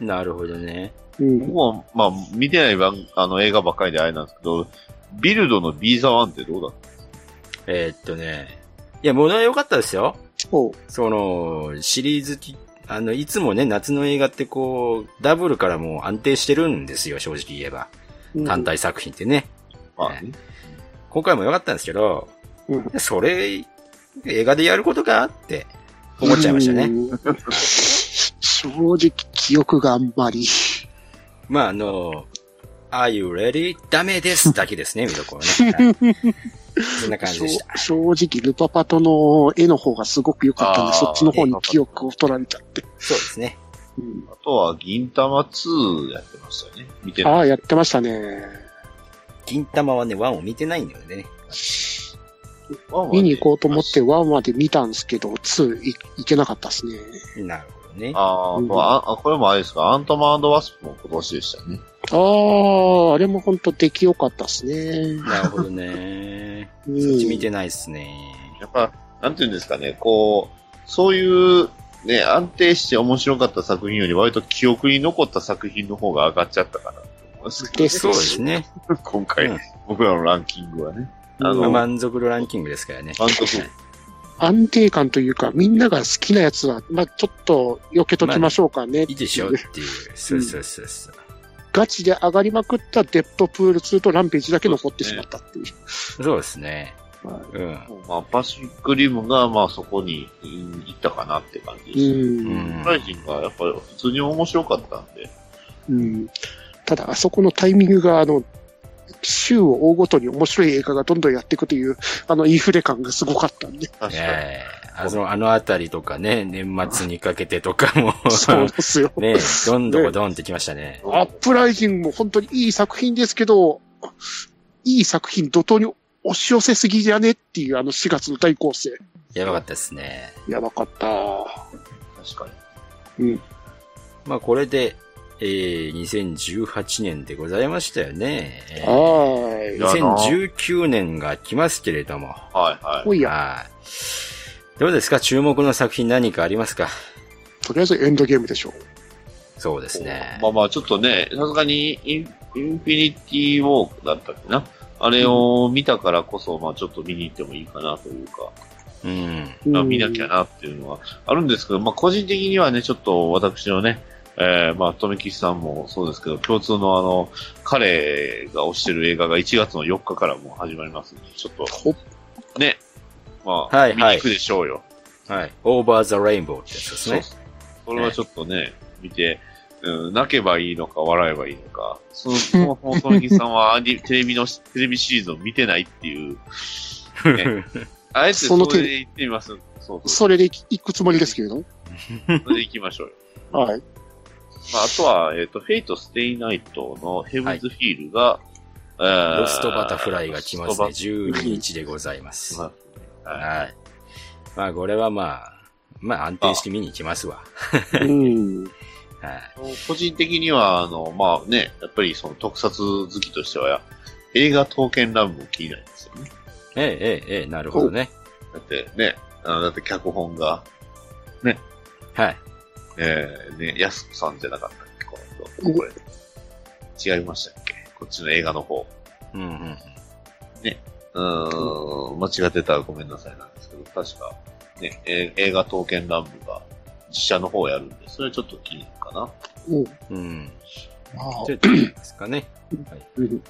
Speaker 3: うん。なるほどね。
Speaker 4: う。うん。
Speaker 6: 僕は、まあ、見てない番、あの、映画ばっかりであれなんですけど、ビルドのビーザワンってどうだった
Speaker 3: えーっとね。いや、ものは良かったですよ。
Speaker 4: おう
Speaker 3: その、シリーズき、あの、いつもね、夏の映画ってこう、ダブルからもう安定してるんですよ、正直言えば。
Speaker 4: うん
Speaker 3: 単体作品ってね。
Speaker 6: まあね。
Speaker 3: 今回も良かったんですけど、
Speaker 4: うん
Speaker 3: それ、映画でやることかって思っちゃいましたね。
Speaker 4: うん。正直、記憶があんまり。
Speaker 3: まあ、あの、Are you ready? ダメですだけです ね、見どころね。はいそんな感じでした。
Speaker 4: 正正直、ルパパとの絵の方がすごく良かったん
Speaker 6: あ
Speaker 4: で、
Speaker 6: ー
Speaker 4: そっちの方に記憶を取られちゃって。
Speaker 3: そうですね。
Speaker 4: うん
Speaker 6: あとは、銀玉2やってましたよね。見てない。
Speaker 4: ああ、やってましたね。
Speaker 3: 銀玉はね、ワンを見てないんだよね。
Speaker 6: ワンはね
Speaker 4: 見に行こうと思って1まで見たんですけど、2い行けなかったですね。
Speaker 3: なるほどね。
Speaker 6: あー、
Speaker 4: うん
Speaker 6: まああ、これもあれですか、アントマンワスプも今年でしたね。
Speaker 4: ああ、あれも本当出来良かったですね。
Speaker 3: なるほどね。
Speaker 4: う
Speaker 3: そっち
Speaker 4: ん
Speaker 3: 見てないっすね。
Speaker 6: やっぱ、なんていうんですかね、こう、そういう、ね、安定して面白かった作品より割と記憶に残った作品の方が上がっちゃったかなと思いますけど、
Speaker 4: で
Speaker 3: そうですね。
Speaker 6: 今回、
Speaker 3: うん
Speaker 6: 僕らのランキングはね。あ
Speaker 4: う
Speaker 6: の、
Speaker 4: ん
Speaker 6: 満
Speaker 3: 満足度ランキングですからね。
Speaker 6: 足
Speaker 3: はい
Speaker 4: 安定感というか、みんなが好きなやつは、まあちょっと避けときましょうかね。
Speaker 3: いいでしょうっていう。そうそうそうそう。
Speaker 4: ガチで上がりまくったデッドプール2とランページだけ残ってしまったっていう。
Speaker 3: そうですね。
Speaker 4: は
Speaker 3: うん。
Speaker 6: まあ、パシフィックリムが、まあ、そこにうん行ったかなって感じですね。
Speaker 4: う
Speaker 3: うんん
Speaker 6: サライジンがやっぱり普通に面白かったんで、
Speaker 4: うんただ、あそこのタイミングが、あの、週を追うごとに面白い映画がどんどんやっていくという、あの、インフレ感がすごかったん で。
Speaker 6: 確かに。
Speaker 3: ええあの、あのあたりとかね、年末にかけてとか も、
Speaker 4: そうですよ。
Speaker 3: ね、どんどこどんってきましたね。
Speaker 4: アップライジングも本当にいい作品ですけど、いい作品、怒涛に押し寄せすぎじゃねっていう、あの4月の大構成。
Speaker 3: やばかったですね。
Speaker 4: やばかった。
Speaker 6: 確かに。
Speaker 3: まあ、これで、えー、2018年でございましたよね。えー
Speaker 4: はい
Speaker 6: いや。な
Speaker 3: 2019年が来ますけれども。
Speaker 6: はいはい。
Speaker 4: おいや。
Speaker 3: はい。どうですか注目の作品何かありますか
Speaker 4: ととりあえずエンドゲームでしょ
Speaker 3: そうですね。
Speaker 6: まあまあ、ちょっとね、さすがにイン、インフィニティウォークだったっけな。あれを見たからこそ、まあちょっと見に行ってもいいかなというか、
Speaker 3: うん。
Speaker 4: う。
Speaker 6: まあ見なきゃなっていうのはあるんですけど、まあ個人的にはね、ちょっと私のね、えー、まあ、富木さんもそうですけど、共通のあの、彼が推してる映画が1月の4日からもう始まりますんで、ちょっと、
Speaker 4: ほっ
Speaker 6: ね、まあ、
Speaker 3: はい
Speaker 6: 見
Speaker 3: はい
Speaker 6: に行くでしょうよ。
Speaker 3: はい。オーバーザレインボーってやつです
Speaker 6: そう
Speaker 3: ね
Speaker 6: で。すね。それはちょっとね、見て、うん、泣けばいいのか、笑えばいいのか。その、そもそも富木さんはアニテレビの、テレビシリーズを見てないっていう。 ねあえてそ
Speaker 4: その手
Speaker 6: れで行ってみます。そうそうそ
Speaker 4: それで行くつもりですけれど。
Speaker 6: れで行きましょうよ。
Speaker 4: はい。
Speaker 6: まあ、あとは、えっ、と、フェイト・ステイ・ナイトのヘブンズ・フィールが、えー
Speaker 3: ロストバタフライが来ますね。
Speaker 6: ロス
Speaker 3: 12日でございます。
Speaker 6: ト
Speaker 3: は
Speaker 6: バタはい
Speaker 3: い。まあ、これはまあ、まあ安定して見に行きますわ。
Speaker 4: うん。
Speaker 3: はい。
Speaker 6: 個人的には、あの、まあね、やっぱりその特撮好きとしては、映画刀剣乱舞気になりますよね。
Speaker 3: ええ、ええ、ええ、なるほどね。
Speaker 6: だってね、あのだって脚本が、
Speaker 3: はい。
Speaker 6: えー、ね、安子さんじゃなかったっけ、この人。これ。違いましたっけこっちの映画の方。
Speaker 3: うんうん。
Speaker 6: うーん、間違ってたらごめんなさいなんですけど、確か、ね、えー映画刀剣乱舞が実写の方をやるんで、それはちょっと気になるかな。
Speaker 4: うん。
Speaker 3: うん。
Speaker 4: まあ
Speaker 3: というところですかね。はい。
Speaker 4: うん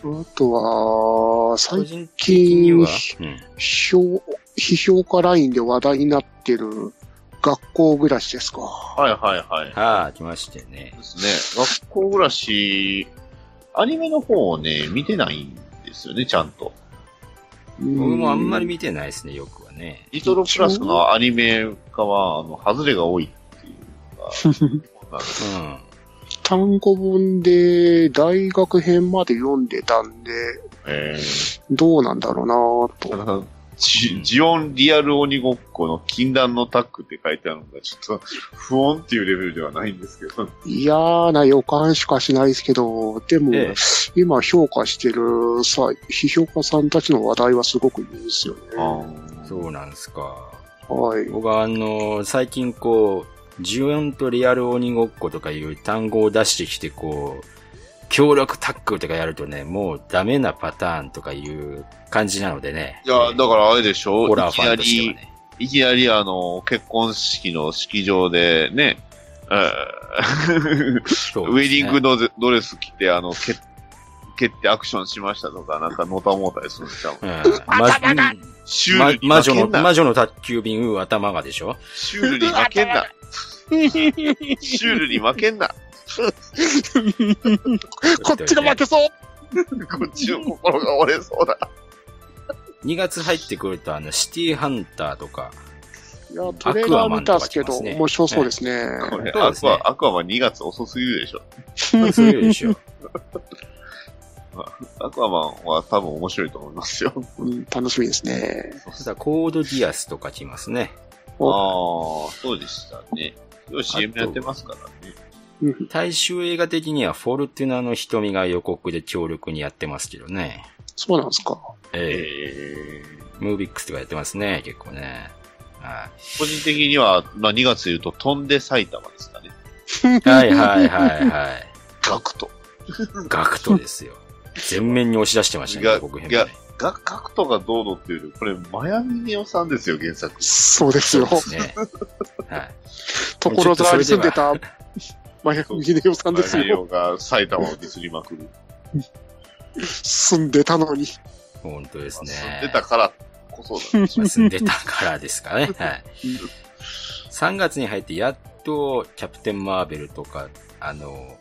Speaker 4: あとは、
Speaker 3: 個
Speaker 4: 最近、
Speaker 3: 人的には、うん。
Speaker 4: 評、批評家ラインで話題になってる学校暮らしですか。
Speaker 6: はいはいはい。
Speaker 3: はあ、来ましてね
Speaker 6: で。すね。学校暮らし、アニメの方をね、見てないんですよね、ちゃんと。
Speaker 4: 僕
Speaker 3: 僕もあんまり見てないですね、よくはね。
Speaker 6: リトルプラスのアニメ化は、あの、ハズレが多いっていうの が、
Speaker 3: うん。
Speaker 4: 単語本で大学編まで読んでたんで、
Speaker 6: えー
Speaker 4: どうなんだろうな
Speaker 6: あ
Speaker 4: ぁと。
Speaker 6: のジジオンリアル鬼ごっこの禁断のタッグって書いてあるのが、ちょっと不穏っていうレベルではないんですけど、
Speaker 4: 嫌な予感しかしないですけど、でも、
Speaker 3: ええ
Speaker 4: 今評価してるさ、批評家さんたちの話題はすごくいいですよね。
Speaker 6: う
Speaker 3: そうなんですか。
Speaker 4: はい。
Speaker 3: 僕はあの、最近こう、ジュンとリアル鬼ごっことかいう単語を出してきて、こう、協力タックルとかやるとね、もうダメなパターンとかいう感じなのでね。
Speaker 6: いや、だからあれでしょ
Speaker 3: ホラ
Speaker 6: い
Speaker 3: ーフ
Speaker 6: き
Speaker 3: ァ
Speaker 6: な
Speaker 3: ンとしては
Speaker 6: り、
Speaker 3: ね。
Speaker 6: いきなりあの、結婚式の式場でね、えー
Speaker 3: そう
Speaker 6: ウ
Speaker 3: で
Speaker 6: ェ
Speaker 3: すね
Speaker 6: ディングドレドレス着て、あの、蹴蹴ってアクションしましたとか、なんかのたもうたりするんちゃう
Speaker 3: うんま
Speaker 6: シュ
Speaker 3: ま
Speaker 6: ールに
Speaker 3: 魔
Speaker 6: 負
Speaker 3: 女
Speaker 6: け
Speaker 3: の、
Speaker 6: んな。
Speaker 3: 魔女の宅急便、うー頭がでしょ
Speaker 6: シュールに負けんな。シュールに負けんな。
Speaker 4: こっちが負けそう
Speaker 6: こっちの心が折れそうだ。
Speaker 3: 2月入ってくると、あの、シティハンターとか、
Speaker 4: いや、トレーラー見たんですけ
Speaker 3: アクアマンとか来ま
Speaker 4: ど、
Speaker 3: すね
Speaker 4: 面白そうですね。
Speaker 6: これ、
Speaker 3: そう
Speaker 6: ア
Speaker 3: です
Speaker 6: ク
Speaker 3: ね
Speaker 6: ア、アクアマン2月遅すぎるでしょ。
Speaker 3: そういうでしょ。
Speaker 6: アクアマンは多分面白いと思いますよ。
Speaker 4: うん、楽しみですね。
Speaker 3: そしたらコードディアスとか来ますね。
Speaker 6: ああ、そうでしたね。今日 CM やってますからね。
Speaker 4: うん
Speaker 3: 大衆映画的には、フォルテュナの瞳が予告で強力にやってますけどね。
Speaker 4: そうなんですか。
Speaker 3: ええ
Speaker 6: えー
Speaker 3: ムービックスとかやってますね、結構ね。は
Speaker 6: 個人的には、まあ2月で言うと、飛んで埼玉ですかね。
Speaker 3: い。はいはいはいはい。
Speaker 6: ガクト。
Speaker 3: ガクトですよ。全面に押し出してましたね、
Speaker 6: が
Speaker 3: 予告編もね。
Speaker 6: ガガクトがどうのっていうよりこれ、マヤミネオさんですよ、原作。
Speaker 4: そうで
Speaker 3: そ
Speaker 4: す
Speaker 3: う
Speaker 4: よ。
Speaker 3: ですね。はい。
Speaker 4: 所沢に住んでた、マヤミネオさんです
Speaker 6: マヤミネ
Speaker 4: よ。
Speaker 6: オが埼玉をディスりまくる。
Speaker 4: 住んでたのに。
Speaker 3: 本当ですね。
Speaker 6: 住んでたからこそなんでしょ
Speaker 3: まあ住んでたからですかね。はい。3月に入ってやっとキャプテン・マーベルとか、あの、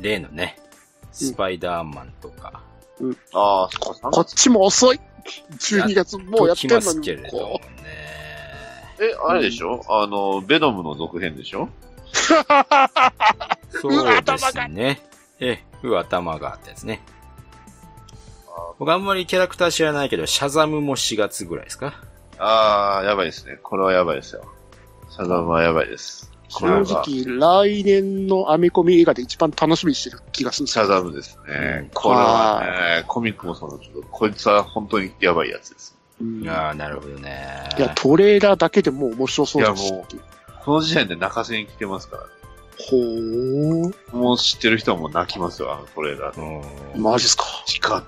Speaker 3: 例のね、スパイダーマンとか、
Speaker 6: う。ああ、そうか
Speaker 4: こっちも遅い。12月もう
Speaker 3: と
Speaker 4: やって
Speaker 3: き
Speaker 4: んの
Speaker 3: ま
Speaker 4: に。
Speaker 3: すけれども
Speaker 4: こ
Speaker 3: ね。
Speaker 6: え、あれでしょあの、ベノムの続編でしょ
Speaker 3: そうですね。え、う、頭があったですね。僕あんまりキャラクター知らないけど、シャザムも4月ぐらいですか
Speaker 6: ああ、やばいですね。これはやばいですよ。サダムはやばいです。これ
Speaker 4: う
Speaker 6: は、
Speaker 4: 正直、来年の編み込み映画で一番楽しみにしてる気がするんです
Speaker 6: サ
Speaker 4: よ。
Speaker 6: ダムですね。
Speaker 3: うん
Speaker 6: これはね、コミックもそうなんですけど、こいつは本当にやばいやつです。
Speaker 4: うんい
Speaker 3: ああ、なるほどね。
Speaker 4: や、トレーラーだけでもう面白そうだし
Speaker 6: いやもう
Speaker 4: っていう。
Speaker 6: その時点で泣かせに来てますからね。
Speaker 4: ほー。
Speaker 6: もう知ってる人はもう泣きますよ、あのトレーラーで。
Speaker 3: うん
Speaker 4: マジっすか。
Speaker 6: しか、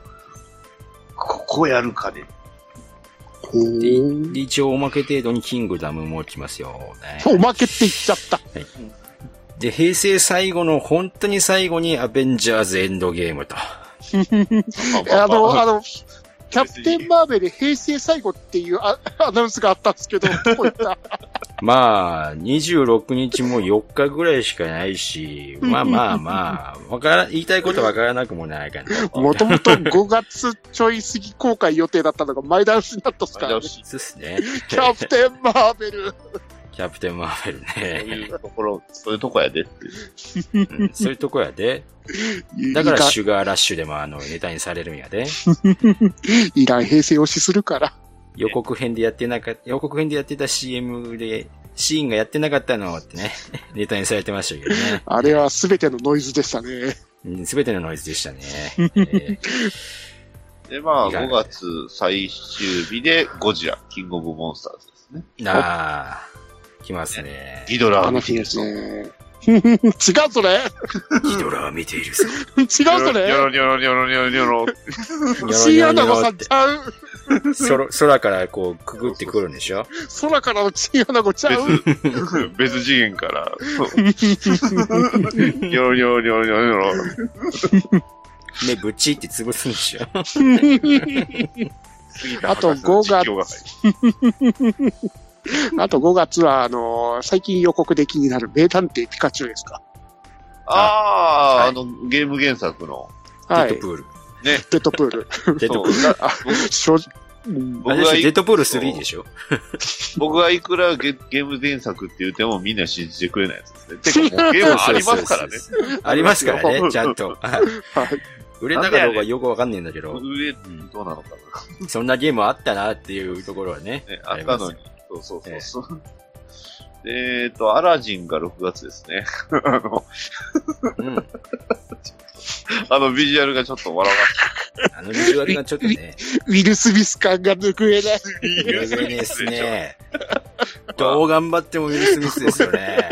Speaker 6: ここやるかね。
Speaker 4: ほ
Speaker 3: で
Speaker 4: ー。
Speaker 3: で一応おまけ程度にキングダムも来ますよ、ね。
Speaker 4: おまけって言っちゃった。
Speaker 3: で、平成最後の、本当に最後にアベンジャーズエンドゲームと。
Speaker 4: あの、あ
Speaker 6: の、
Speaker 4: の、キャプテンマーベル平成最後っていうアアナウンスがあったんですけど、どこ行った
Speaker 3: まあ、26日も4日ぐらいしかないし、まあまあまあ、わから、言いたいことわからなくもないかな。
Speaker 4: もともと5月 ちょい過ぎ公開予定だったのが前倒しになったっすから、ね、
Speaker 3: そうっすね。
Speaker 4: キャプテンマーベル。
Speaker 3: キャプテンマーベル
Speaker 6: そうい
Speaker 3: ね。
Speaker 6: うところ、そういうとこやでっていう。
Speaker 3: うんそういうとこやで。だからシュガーラッシュでもあの、ネタにされるんやで。
Speaker 4: イラン平成推しするから。
Speaker 3: 予告編でやってなかった、予告編でやってた CM で、シーンがやってなかったのってね、 ネタにされてましたけどね。
Speaker 4: あれは全てのノイズでしたね。
Speaker 3: すべてのノイズでしたね。えー
Speaker 6: で、まあ、
Speaker 3: いかない
Speaker 6: 5月最終日でゴジラ、キングオブモンスターズですね。
Speaker 3: なあ、来ますね。
Speaker 6: ギドラ
Speaker 4: あ
Speaker 6: ー
Speaker 4: の
Speaker 6: の
Speaker 4: 日
Speaker 6: 日
Speaker 4: で
Speaker 6: ですすね。
Speaker 4: ね。違うそれ
Speaker 3: ギドラは見ているぞ。
Speaker 4: 違うそ
Speaker 6: ニョ
Speaker 4: れ
Speaker 6: ロニョロニョロニョロニョロ。
Speaker 4: 新アナゴさんちゃう
Speaker 3: 空空からこう、くぐってくるんでしょ
Speaker 4: 空からの新アナゴちゃう
Speaker 6: 別、別次元から、そう。ニ ョロニョロニョロニョロニョロ。
Speaker 3: 目ぶちって潰すんでしょ
Speaker 6: 杉田
Speaker 4: あと
Speaker 6: 博士の実況が入 る
Speaker 4: あと5月は、あのー最近予告で気になる名探偵ピカチュウですか。
Speaker 6: あー、あの、ゲーム原作の。
Speaker 4: は
Speaker 3: デ
Speaker 4: い
Speaker 3: ッド。プール。
Speaker 4: デッドプール。
Speaker 3: デッドプール。
Speaker 6: そう
Speaker 4: しょうん
Speaker 3: あ
Speaker 6: 僕
Speaker 3: れでしょ
Speaker 6: が
Speaker 3: デッドプール3でしょ
Speaker 6: 僕はいくらゲゲーム原作って言ってもみんな信じてくれないやつ ですね。てかもうゲームありますからね。
Speaker 3: そうそうそうそう。 ありますからね、ちゃんと。 はい
Speaker 4: はい
Speaker 3: 売れたかどうかよくわかんねえんだけど、
Speaker 6: 上、どうなのか
Speaker 3: そんなゲームあったなっていうところはね
Speaker 6: な。ね。あ
Speaker 3: あ
Speaker 6: っ
Speaker 3: り
Speaker 6: た
Speaker 3: ま
Speaker 6: の
Speaker 3: す
Speaker 6: に。そうそうそうそう。えっと、アラジンが6月ですね。 あの、
Speaker 3: うん。
Speaker 6: あのビジュアルがちょっと笑わし
Speaker 3: あのビジュアルがちょっと ね、
Speaker 4: ウィル・スミス感が拭えない。
Speaker 3: ウィルスミス ね。どう頑張ってもウィル・スミスですよね。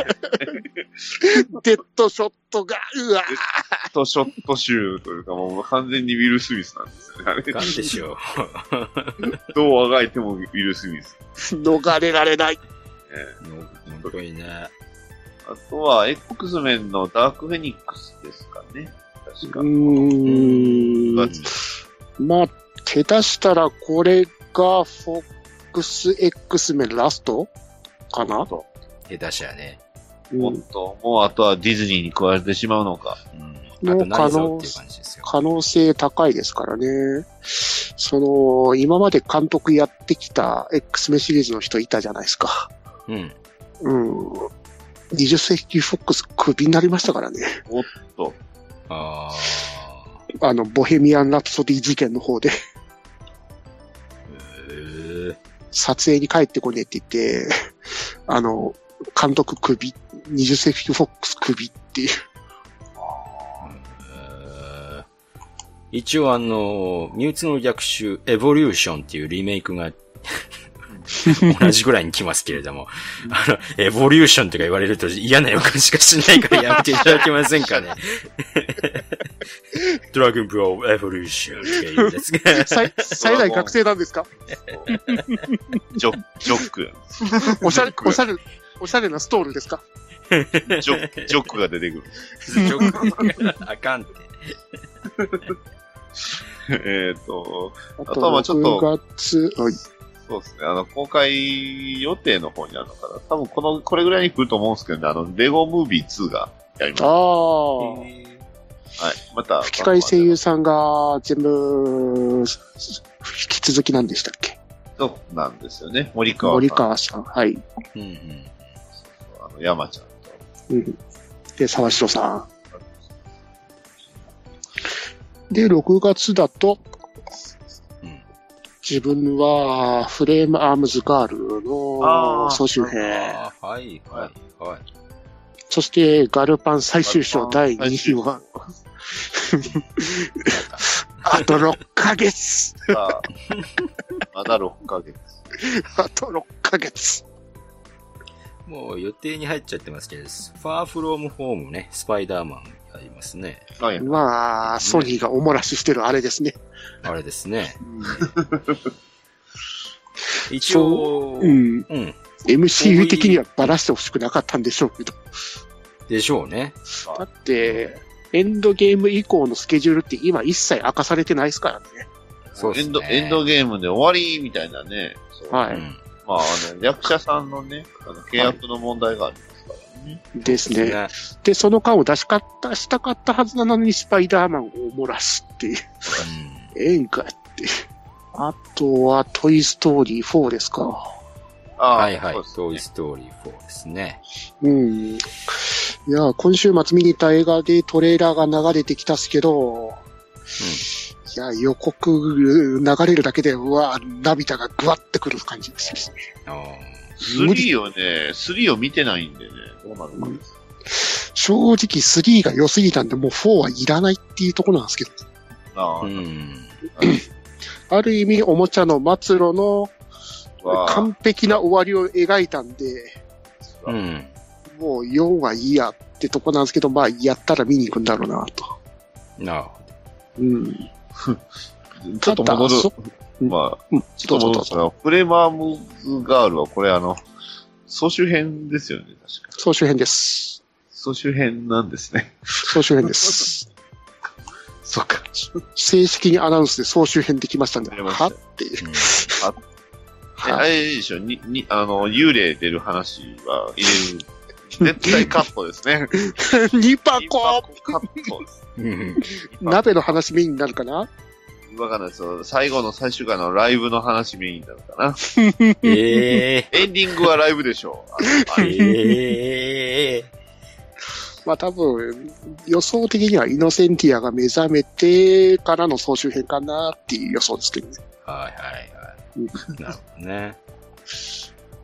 Speaker 4: デッドショットが、うわ
Speaker 6: いとショット集というかもう完全にウィル・スミスなんですよね。あれ
Speaker 3: なんでしょう。
Speaker 6: どうあがいてもウィル・スミス。
Speaker 4: 逃れられない。
Speaker 6: え
Speaker 3: 本当にね。
Speaker 6: ーあとは、X メンのダーク・フェニックスですかね。確か。
Speaker 4: ん
Speaker 6: 6月
Speaker 4: まあ、手出したらこれが FOXX メンラストかな
Speaker 3: 下手したらね。
Speaker 6: もっと、もうあとはディズニーに食われてしまう のか。
Speaker 3: うん。あと何ぞっていう感じですよ。
Speaker 4: 可能性高いですからね。その、今まで監督やってきた X メンシリーズの人いたじゃないですか。
Speaker 3: うん。
Speaker 4: うん。20世紀フォックスクビになりましたからね。
Speaker 6: おっと、
Speaker 3: あ
Speaker 4: あの、ボヘミアン・ラプソディ事件の方で。
Speaker 3: ー。へえ。
Speaker 4: 撮影に帰ってこねえって言って、あの、監督首、20世紀フォックス首って いう。
Speaker 3: えー一応あの、身内の逆襲、エボリューションっていうリメイクが、同じぐらいに来ますけれども、あの、エボリューションとか言われると嫌な予感しかしないからやめていただけませんかね。ドラゴンブローエボリューションとか言うんですが、
Speaker 4: さい最大学生なんですか
Speaker 6: ジョジョック、
Speaker 4: お しゃれ、おしゃれ、おしゃれなストールですか
Speaker 6: ジョック、ジョックが出てくる。
Speaker 3: あかんって。
Speaker 6: えっと、
Speaker 4: あ
Speaker 6: あとはまあちょっと
Speaker 4: 6月、はい
Speaker 6: そうですね、あの、公開予定の方にあるのかな。多分この、これぐらいに来ると思うんですけどね、あの、レゴムービー2がやります。
Speaker 4: あ
Speaker 6: は
Speaker 4: あ。
Speaker 6: い。また、
Speaker 4: 吹き替え声優さんが全部、引き続きなんでしたっけ
Speaker 6: そうなんですよね。森川さん。
Speaker 4: 森川さん。はい。
Speaker 3: うんうん。
Speaker 6: あの、山ちゃんと。
Speaker 4: うん。で、沢城さん。で、6月だと、
Speaker 3: うん
Speaker 4: 自分は、フレームアームズガール
Speaker 6: あ
Speaker 4: の
Speaker 6: ー
Speaker 4: 総集編。
Speaker 3: あーはいはいはい。
Speaker 4: そして、ガルパン最終章第2
Speaker 6: 週
Speaker 4: 位は、あと6ヶ月
Speaker 6: あまだ6ヶ月。
Speaker 4: あと6ヶ月
Speaker 3: もう予定に入っちゃってますけど、ファーフロームホームね、スパイダーマンありますね。
Speaker 6: はい。
Speaker 4: まあ、ソニーがおもらししてるあれですね。
Speaker 3: あれですね。一
Speaker 4: そ
Speaker 3: 応、
Speaker 4: ううん。
Speaker 3: うん。
Speaker 4: MCU 的にはばらしてほしくなかったんでしょうけど。
Speaker 3: でしょうね。
Speaker 4: だって、エンドゲーム以降のスケジュールって今一切明かされてないですからね。
Speaker 3: そうで
Speaker 6: エ
Speaker 3: す
Speaker 6: ン
Speaker 3: ね
Speaker 6: ド、。エンドゲームで終わりみたいなね。そう
Speaker 4: は
Speaker 3: う
Speaker 4: い。
Speaker 3: ん
Speaker 6: まあ、あの、役者さんのね、あの契約の問題がありますからね。
Speaker 4: です
Speaker 3: です
Speaker 4: ね。
Speaker 3: ね。
Speaker 4: で、その間を出しかった、したかったはずなのにスパイダーマンを漏らすっていう。ええんかいっていう。あとは、トイストーリー4ですか。
Speaker 6: あ
Speaker 3: うん
Speaker 6: あ
Speaker 3: はいはい
Speaker 6: そうで。す
Speaker 3: トイ・
Speaker 6: ね
Speaker 3: ストーリー4ですね。
Speaker 4: うん。いや、今週末見に行った映画でトレーラーが流れてきたっすけど、いや、予告流れるだけで、うわ、涙がぐわってくる感じですね。
Speaker 3: あー
Speaker 4: 無理
Speaker 6: 3をね、3を見てないんでね、どうなるかです。
Speaker 4: 正直3が良すぎたんで、もう4はいらないっていうところなんですけど、
Speaker 6: あ
Speaker 3: う
Speaker 6: あ
Speaker 3: ん。
Speaker 4: ある意味おもちゃの末路の
Speaker 6: わあ
Speaker 4: 完璧な終わりを描いたんで、
Speaker 3: うん。
Speaker 4: もう4はいいやってとこなんですけど、まあやったら見に行くんだろうなと。
Speaker 3: なるほ
Speaker 4: うん。
Speaker 6: ちょっと
Speaker 4: た
Speaker 6: 戻
Speaker 4: だ
Speaker 6: る
Speaker 4: そ。うん
Speaker 6: まあ、
Speaker 4: うん、
Speaker 6: ちょっと戻るんですがフレーマームズガールは、これあの、総集編ですよね、確か。
Speaker 4: 総集編です。
Speaker 6: 総集編なんですね。
Speaker 4: 総集編 です。
Speaker 6: そっか。
Speaker 4: 正式にアナウンスで総集編できましたんで、
Speaker 6: 出ました
Speaker 4: はっていう。
Speaker 3: ど。
Speaker 6: えあ
Speaker 4: はい。
Speaker 6: れでしょ、に、に、あの、幽霊出る話は 入れる。絶対カットですね。
Speaker 4: ニパ
Speaker 6: インパ
Speaker 4: コ
Speaker 6: クトカットです。
Speaker 3: うん。
Speaker 4: 鍋の話メインになるかな
Speaker 6: わかんないですよ。最後の最終回のライブの話メインなのかな。
Speaker 3: ええ。
Speaker 6: エンディングはライブでしょう。あのあ
Speaker 3: ええ。
Speaker 4: まあ多分、予想的にはイノセンティアが目覚めてからの総集編かなっていう予想ですけどね。
Speaker 3: はいはいはい。なるほどね。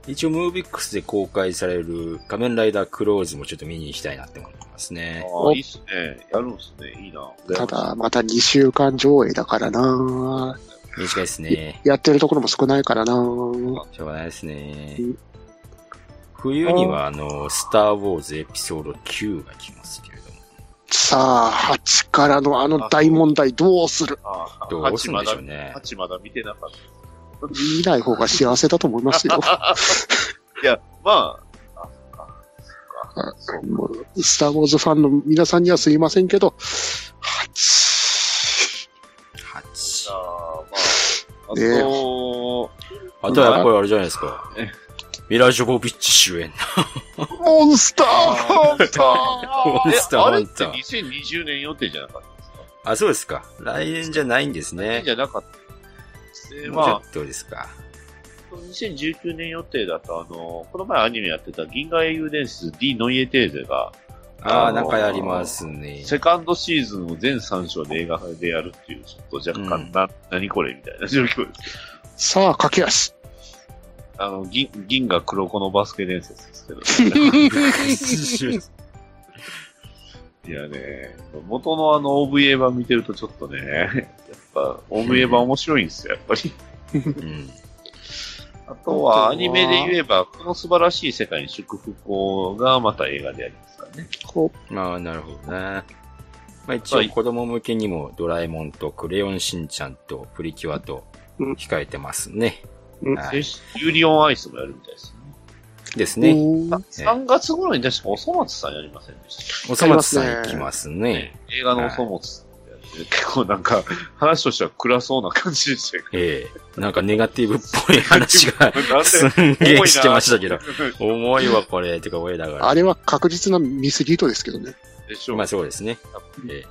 Speaker 3: 一応、ムービックスで公開される仮面ライダークローズもちょっと見に行きたいなって思いますね。
Speaker 6: ああいいっすね。やるんすね。いいな。
Speaker 4: ただ、また2週間上映だからな
Speaker 3: 短いですね。
Speaker 4: やってるところも少ないからな
Speaker 3: しょうがないですね
Speaker 4: うん。
Speaker 3: 冬には、あの、スター・ウォーズエピソード9が来ますけれども。
Speaker 4: さあ、8からのあの大問題どうする
Speaker 6: ああ
Speaker 3: どうするんでしょう
Speaker 6: 八ま
Speaker 3: ね
Speaker 6: だ八まだ見てなかった。
Speaker 4: 見ない方が幸せだと思いますよ。
Speaker 6: いや、まあ、あ、そっかそっかそう
Speaker 4: もうスター・ウォーズファンの皆さんにはすいませんけど、8。
Speaker 6: じ
Speaker 3: 8。
Speaker 6: ゃあ、まあ、あ
Speaker 4: ねえ
Speaker 6: と、
Speaker 3: あとはやっぱりあれじゃないですか
Speaker 6: え。
Speaker 3: ミラ・ジョボビッチ主演
Speaker 4: モンスター
Speaker 6: あ
Speaker 3: モンスター
Speaker 6: えあれっ
Speaker 3: ハ
Speaker 6: て
Speaker 3: ンター
Speaker 6: 2020年予定じゃなかったんですか
Speaker 3: あ、そうですか。来年じゃないんですね
Speaker 6: じ。ゃなかった。で、
Speaker 3: もうちょ
Speaker 6: ま
Speaker 3: っとですか。
Speaker 6: あ、2019年予定だと、あの、この前アニメやってた銀河英雄伝説 D ノイエテーゼが、
Speaker 3: あ
Speaker 6: あ
Speaker 3: あ、
Speaker 6: のー
Speaker 3: なんかやります ね。
Speaker 6: セカンドシーズンを全3章で映画でやるっていう、ちょっと若干な、何これみたいな状況です。
Speaker 4: さあ、駆け足。
Speaker 6: あの、銀、銀河黒子のバスケ伝説ですけど、いやね、元のあの OVA 版見てるとちょっとね、やっぱ OVA 版面白いんですよ、やっぱり。
Speaker 3: うん
Speaker 6: あとはアニメで言えば、この素晴らしい世界に祝福校がまた映画でやりますからね。
Speaker 4: こ
Speaker 3: まあ、なるほどね。まあ一応子供向けにもドラえもんとクレヨンしんちゃんとプリキュアと
Speaker 4: うん
Speaker 3: 控えてますね。
Speaker 4: うん
Speaker 3: はい
Speaker 6: で、ユリオンアイスもやるみたいです
Speaker 3: です
Speaker 4: う
Speaker 3: ね。
Speaker 4: うーん
Speaker 6: ね。3月頃に確かおそ松さんやりませんでした
Speaker 3: おそ松さん行きますね。
Speaker 6: 映画のおそ松ってやつで結構なんか、話としては暗そうな感じでしたけど。
Speaker 3: ええ。なんか ネガティブっぽい 話が
Speaker 6: なん
Speaker 3: す
Speaker 6: で
Speaker 3: んげえ
Speaker 6: 重いな
Speaker 3: してましたけど。重いわ、これ。てか、俺だから。
Speaker 4: あれは確実なミスリードですけどね。
Speaker 6: でしょう
Speaker 3: まあ
Speaker 6: ま
Speaker 3: そうですね。え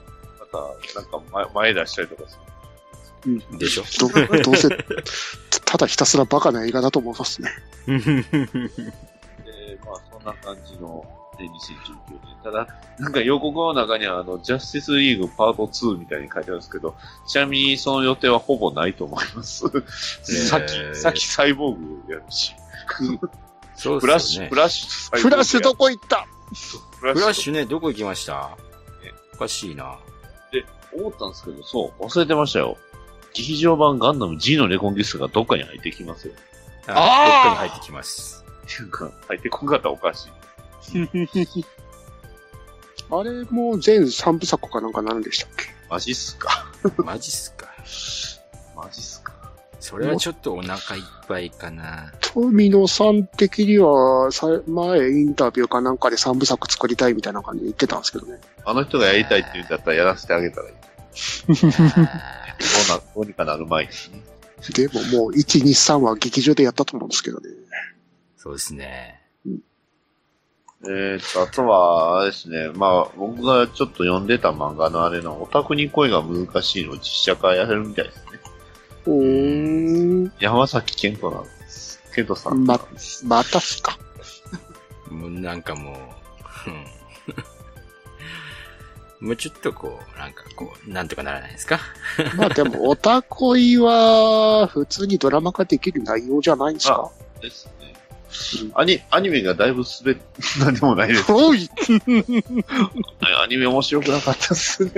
Speaker 6: た、なんか前前出したりとかする。
Speaker 3: え。でし ょ
Speaker 4: どどうせ、ただひたすらバカな映画だと思いますね。
Speaker 6: えーまあそんな感じの、で、2019年。ただ、なんか予告の中には、あの、ジャスティスリーグパート2みたいに書いてあるんですけど、ちなみにその予定はほぼないと思い ます。さっき、さっきサイボーグやるし、
Speaker 3: そう
Speaker 6: フラッ
Speaker 3: です
Speaker 6: シ
Speaker 3: よ
Speaker 6: ュ、
Speaker 3: ね
Speaker 6: フ。ラッシュとサイボー
Speaker 4: フ
Speaker 6: グやる
Speaker 4: ラッシュどこ行った
Speaker 6: フラ
Speaker 3: フラッ
Speaker 6: ッシ
Speaker 3: シュね、どこ行きました
Speaker 6: え
Speaker 3: おかしいな。
Speaker 6: ュ。思ったんですけど、そう、忘れてましたよ。劇場版ガンダム G のレコンギスタがどっかに入ってきますよ。
Speaker 3: あどっかに入ってきます。
Speaker 6: っていうか、入ってこんかったらおかしい。
Speaker 4: あれも全3部作かなんかなんでしたっけ
Speaker 6: マジっすか。
Speaker 3: マジっすか。
Speaker 6: マジっすか。
Speaker 3: それはちょっとお腹いっぱいか な。
Speaker 4: 富野さん的には、さ前インタビューかなんかで3部作作りたいみたいな感じで言ってたんですけどね。
Speaker 6: あの人がやりたいって言うんだったらやらせてあげたらいい。どうな、どうにかなる前にね。
Speaker 4: でももう1、2、3は劇場でやったと思うんですけどね。
Speaker 3: そうですね。
Speaker 6: えーと、あとは、あれですね、まあ、僕がちょっと読んでた漫画のあれの、オタクに恋が難しいのを実写化やれるみたいですね。
Speaker 4: うーん。
Speaker 6: 山崎健人なんです。健人さん。
Speaker 4: ま、またっすか。
Speaker 3: もうなんかもう、うん もうちょっとこう、なんかこう、なんとかならないですか
Speaker 4: まあでも、オタ恋は、普通にドラマ化できる内容じゃないですか。
Speaker 6: ですね。アニアニメがだいぶ滑っ、 なんでもないです。
Speaker 4: おい
Speaker 6: アニメ面白くなかったっすね。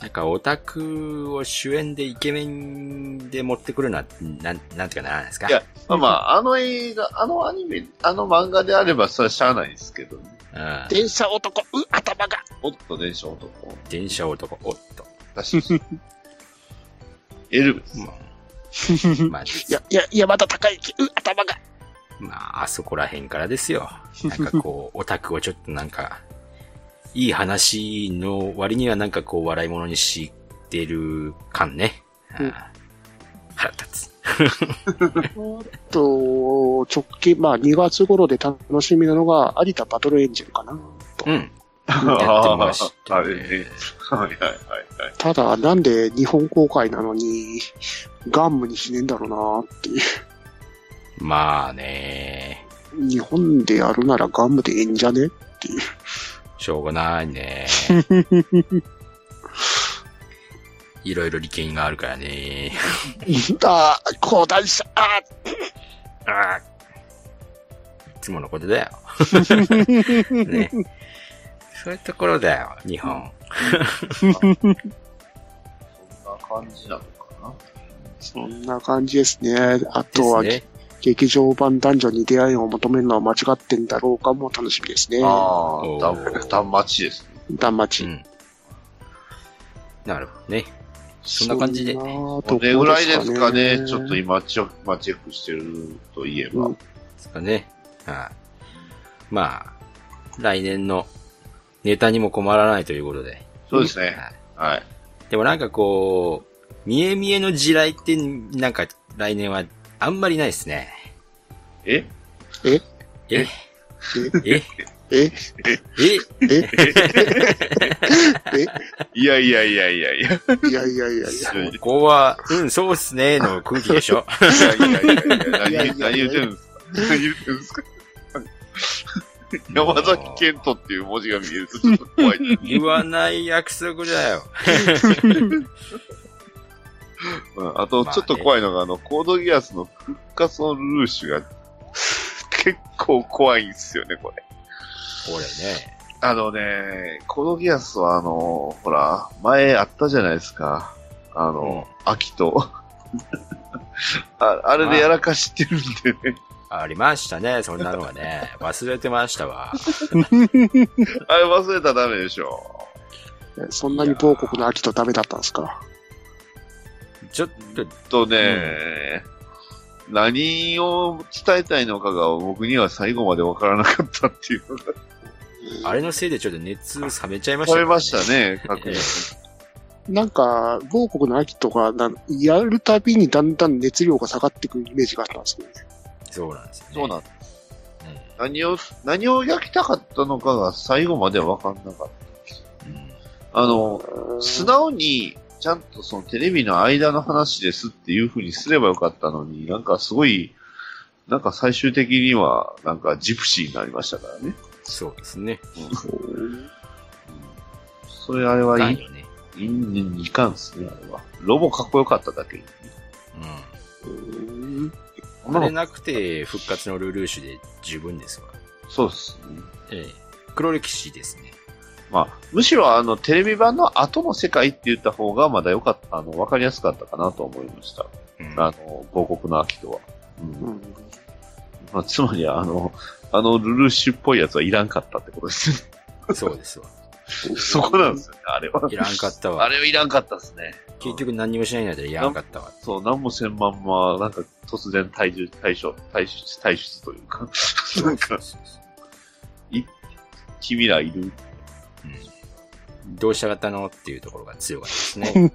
Speaker 3: なんかオタクを主演でイケメンで持ってくるのは、なん、なんとかならないですか
Speaker 6: いや、まあまあ、あの映画、あのアニメ、あの漫画であれば、それはしゃあないですけどね。
Speaker 3: うん。
Speaker 4: 電車男、う、頭が。
Speaker 6: おっと、電車男。
Speaker 3: 電車男、おっと。
Speaker 6: 確かに。エルベス。
Speaker 3: まあ、まあ、
Speaker 4: いや、いや、山田孝之、う、頭が。
Speaker 3: まあ、あそこら辺からですよ。なんかこう、オタクをちょっとなんか、いい話の割にはなんかこう、笑い物にしてる感ね。
Speaker 4: うん
Speaker 3: ああ腹立つ。
Speaker 4: と、直近、まあ2月頃で楽しみなのが、有田バトルエンジェルかな。
Speaker 3: うん。やってまし
Speaker 6: あ
Speaker 3: た
Speaker 6: あ
Speaker 3: ね
Speaker 6: れね。はいはいはいはい。
Speaker 4: ただ、なんで日本公開なのに、ガンムにしねえんだろうなっていう。
Speaker 3: まあね、
Speaker 4: 日本でやるならガンムでええんじゃね
Speaker 3: しょうがない ね。いろいろ利権があるからね。
Speaker 4: ああ、高台車、あ
Speaker 3: ああ。いつものことだ よ。ね。そういうところだよ、日本。
Speaker 6: そんな感じなのかな。
Speaker 4: そんな感じですね。あとは、
Speaker 3: ですね。
Speaker 4: 劇場版男女に出会いを求めるのは間違ってんだろうかも楽しみですね。
Speaker 6: あ
Speaker 3: おー
Speaker 6: あ、ダブル、ダンマチですね。
Speaker 4: 断末
Speaker 3: うん。なるほどね。そんな感じで
Speaker 4: そんなと
Speaker 6: こ
Speaker 4: こ
Speaker 6: れぐらいですかね。ちょっと
Speaker 4: 今。
Speaker 6: 今チェック、まあチェックしてるといえば。
Speaker 4: うん
Speaker 3: ですかね。はい。まあ、来年のネタにも困らないということで。
Speaker 6: そうですね。
Speaker 3: はい
Speaker 6: はい。
Speaker 3: でもなんかこう、見え見えの地雷って、なんか来年はあんまりないですね。
Speaker 6: え
Speaker 3: ええ
Speaker 4: え、
Speaker 3: え
Speaker 4: え、
Speaker 6: いやいやいやいやいや。い
Speaker 4: いやいやいやいや。
Speaker 6: やい
Speaker 3: ここは、うん、そうっすね、の空気で しょ。
Speaker 6: やいやいやい
Speaker 4: いやいやいや
Speaker 6: や何何言ってるんですか何言ってるんですか山崎健人っていう文字が見えるとちょっと怖い。
Speaker 3: 言わない約束だよ。
Speaker 6: うんあと、ちょっと怖いのが、あの、コードギアスの復活のルーシュが、結構怖いんですよね、これ。
Speaker 3: これね。
Speaker 6: あのね、コードギアスは、あの、ほら、前あったじゃないですか。あの、秋と。ああれでやらかしてるんでね。
Speaker 3: ありましたね、そんなのはね。忘れてましたわ。
Speaker 6: あれ忘れたらダメでしょ。
Speaker 4: そんなに某国の秋とダメだったんですか
Speaker 3: ちょっと、
Speaker 6: とね、何を伝えたいのかが僕には最後までわからなかったっていうのが
Speaker 3: あれのせいでちょっと熱冷めちゃいました
Speaker 6: 思
Speaker 3: ね
Speaker 6: いました ね、確認。
Speaker 4: なんか、某国の秋とかな、やるたびにだんだん熱量が下がってくるイメージがあったんですけどね。
Speaker 3: そうなんですよね。
Speaker 6: そうなん
Speaker 3: うん
Speaker 6: 何を、何を焼きたかったのかが最後までわかんなかった。あの、素直に、ちゃんとそのテレビの間の話ですっていう風にすればよかったのに、なんかすごい、なんか最終的には、なんかジプシーになりましたからね。
Speaker 3: そうですね。
Speaker 6: それあれは
Speaker 3: ないい
Speaker 6: い、
Speaker 3: よね。
Speaker 6: いいんいかんっすね、あれは。ロボかっこよかっただけに。
Speaker 4: うん
Speaker 3: うん。これなくて、復活のルルーシュで十分ですわ。
Speaker 6: そうっすね。
Speaker 3: ええ。黒歴史ですね。
Speaker 6: まあ、むしろあの、テレビ版の後の世界って言った方がまだよかった、あの、わかりやすかったかなと思いました。
Speaker 3: うん。
Speaker 6: あの、広告の秋とは。うん
Speaker 4: うん
Speaker 6: まあ、つまり、あの、あのルルッシュっぽいやつはいらんかったってことですね。
Speaker 3: そうですわ。
Speaker 6: そこなんですよね、あれは。
Speaker 3: いらんかった
Speaker 6: あ
Speaker 3: わ。
Speaker 6: れはいらんかったですね。
Speaker 3: 結局何にもしないんだったらいらんかったわ。
Speaker 6: そう、なんもせんまんま、なんか突然退出、退所、退出、退出というか、なんか、
Speaker 3: そうそうそう
Speaker 6: 君らいる。
Speaker 3: どうしたかったのっていうところが強かったですね。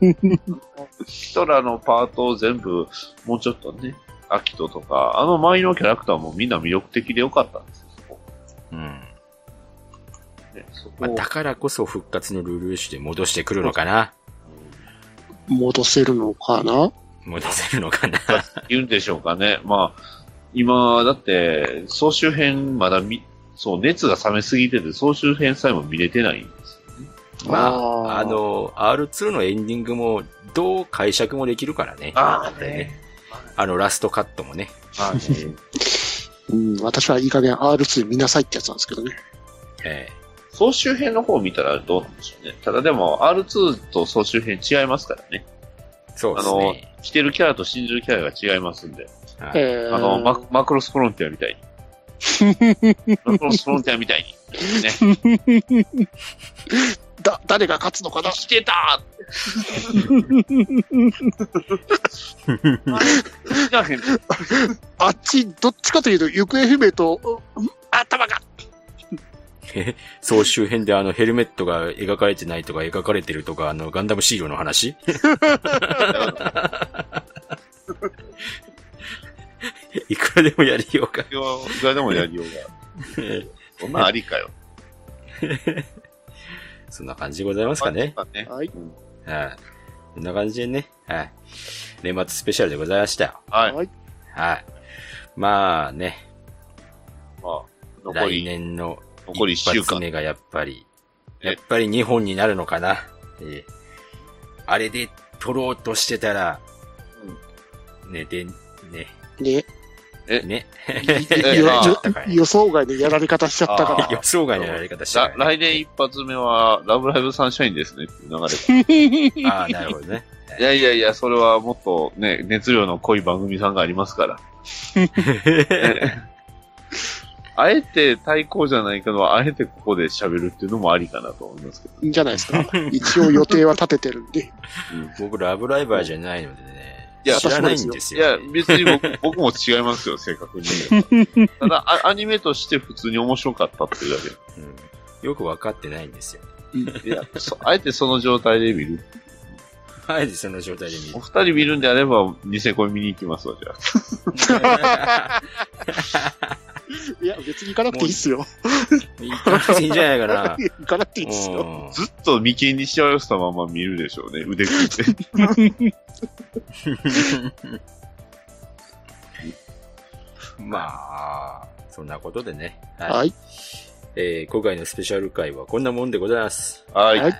Speaker 6: ヒトラーのパートを全部、もうちょっとね、アキトとか、あの周りのキャラクターもみんな魅力的でよかったんですよ、そこ。
Speaker 3: うん。
Speaker 6: ね、そこ
Speaker 3: まあ、だからこそ復活のルルーシュで戻してくるのかな
Speaker 4: 戻せるのかな
Speaker 3: 戻せるのかな
Speaker 6: 言うんでしょうかね。まあ、今、だって、総集編まだ見、そう、熱が冷めすぎてて、総集編さえも見れてないんですよね。
Speaker 3: ま
Speaker 4: あー
Speaker 3: あ、あの、R2 のエンディングもどう解釈もできるからね。
Speaker 6: あー
Speaker 3: これね。あの、ラストカットもね。
Speaker 6: まあね、
Speaker 4: うん、私はいい加減 R2 見なさいってやつなんですけどね。
Speaker 3: ええ
Speaker 6: 総集編の方を見たらどうなんでしょうね。ただでも、R2 と総集編違いますからね。
Speaker 3: そうですね。
Speaker 6: 着てるキャラと信じるキャラが違いますんで。
Speaker 3: はい
Speaker 4: えー
Speaker 6: あの、ママクロスフロンティアみ たいに。マクロスフロンティアみたい に。ね、
Speaker 4: だ、誰が勝つのかな
Speaker 6: 生きてた ーあれ生きなへん
Speaker 4: あっち、どっちかというと、行方不明と、うん頭が、
Speaker 3: 総集編であのヘルメットが描かれてないとか描かれてるとか、あのガンダムシールの話 いくらでもやりようが。
Speaker 6: いやいくらでもやりようが。そんなんありかよ。
Speaker 3: そんな感じでございますかね。
Speaker 6: まあね
Speaker 4: はい。
Speaker 3: はい。そんな感じでね、はい。年末スペシャルでございましたよ。
Speaker 6: はい。ま
Speaker 3: はい。まあね、
Speaker 6: あ、残
Speaker 3: 来
Speaker 6: り、
Speaker 3: 年の
Speaker 6: 残り1週
Speaker 3: 一発
Speaker 6: 間。
Speaker 3: 目がやっぱり、
Speaker 6: え
Speaker 3: やっぱり日本になるのかな。ええあれで撮ろうとしてたら、ね、で、ね、
Speaker 4: ね、
Speaker 3: ね。
Speaker 6: え
Speaker 4: よ
Speaker 6: まあ
Speaker 4: よ
Speaker 3: だから
Speaker 4: 予想外のやられ方しちゃったから
Speaker 6: あ。
Speaker 3: 予想外のやり方した
Speaker 6: ら
Speaker 3: から
Speaker 6: 来年一発目は、ラブライブサンシャインですねっていう流れが。
Speaker 3: ああ、なるほど ね。
Speaker 6: いやいやいや、それはもっとね、熱量の濃い番組さんがありま すから。あえて対抗じゃないけど、あえてここで喋るっていうのもありかなと思いますけど。
Speaker 4: いいんじゃないです か。一応予定は立ててるんで。
Speaker 3: 僕、ラブライバーじゃないのでね。
Speaker 6: いや
Speaker 3: 知らないんです
Speaker 6: いや
Speaker 3: よ、、
Speaker 6: 別に僕僕も違いますよ、正確に言えば。ただあ、アニメとして普通に面白かったっていうだけ。
Speaker 3: うんよくわかってないんですよ。
Speaker 6: いや、そあえてその状態で見る。
Speaker 3: あえてその状態で見
Speaker 6: お
Speaker 3: る。
Speaker 6: 二人見るんであれば、ニセコイ見に行きますわ、じゃあ。
Speaker 4: いや、別に行かなくていいっす よ。
Speaker 3: いい感じいいんじゃないかな。
Speaker 4: いや行かなくていいっすよ。
Speaker 3: う
Speaker 6: ずっと眉間にしわ寄せたまま見るでしょうね、腕組ん で。
Speaker 3: んまあ、そんなことでね。はい
Speaker 4: はい。
Speaker 3: えー今回のスペシャル回はこんなもんでございます。
Speaker 6: はい。
Speaker 3: は
Speaker 4: はい
Speaker 3: い。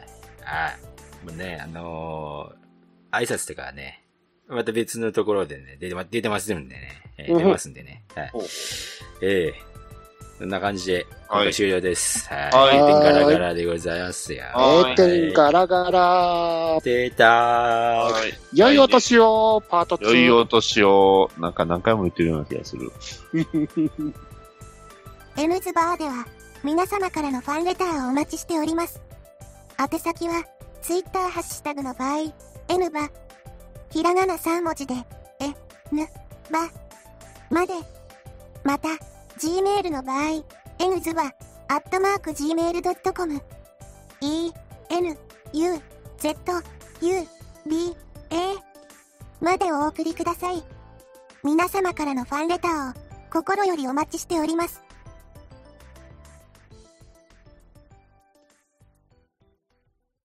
Speaker 3: もうね、あのー挨拶とかはね、また別のところでね、出てま出てますんでね、えー
Speaker 4: うん
Speaker 3: 出ますんでね。はい
Speaker 6: ほうほう。
Speaker 3: ええそんな感じで、今
Speaker 6: は
Speaker 3: 回
Speaker 6: い
Speaker 3: 終了です。はい。
Speaker 6: はい
Speaker 3: てんガラガラでございますよ。
Speaker 6: は
Speaker 4: 閉
Speaker 6: い
Speaker 4: 店ガラガラ。
Speaker 3: 出たー。
Speaker 6: はい。
Speaker 4: 良いお年を、パート2。
Speaker 6: 良いお年を、なんか何回も言ってるような気がする。
Speaker 2: エムズバーでは、皆様からのファンレターをお待ちしております。宛先は、ツイッターハッシュタグの場合、N ば、ひらがな3文字で、え、ぬ、ば、まで。また、Gmail の場合、N ズば、アットマーク Gmail.com、E、N、U、Z、U、B、A までお送りください。皆様からのファンレターを心よりお待ちしております。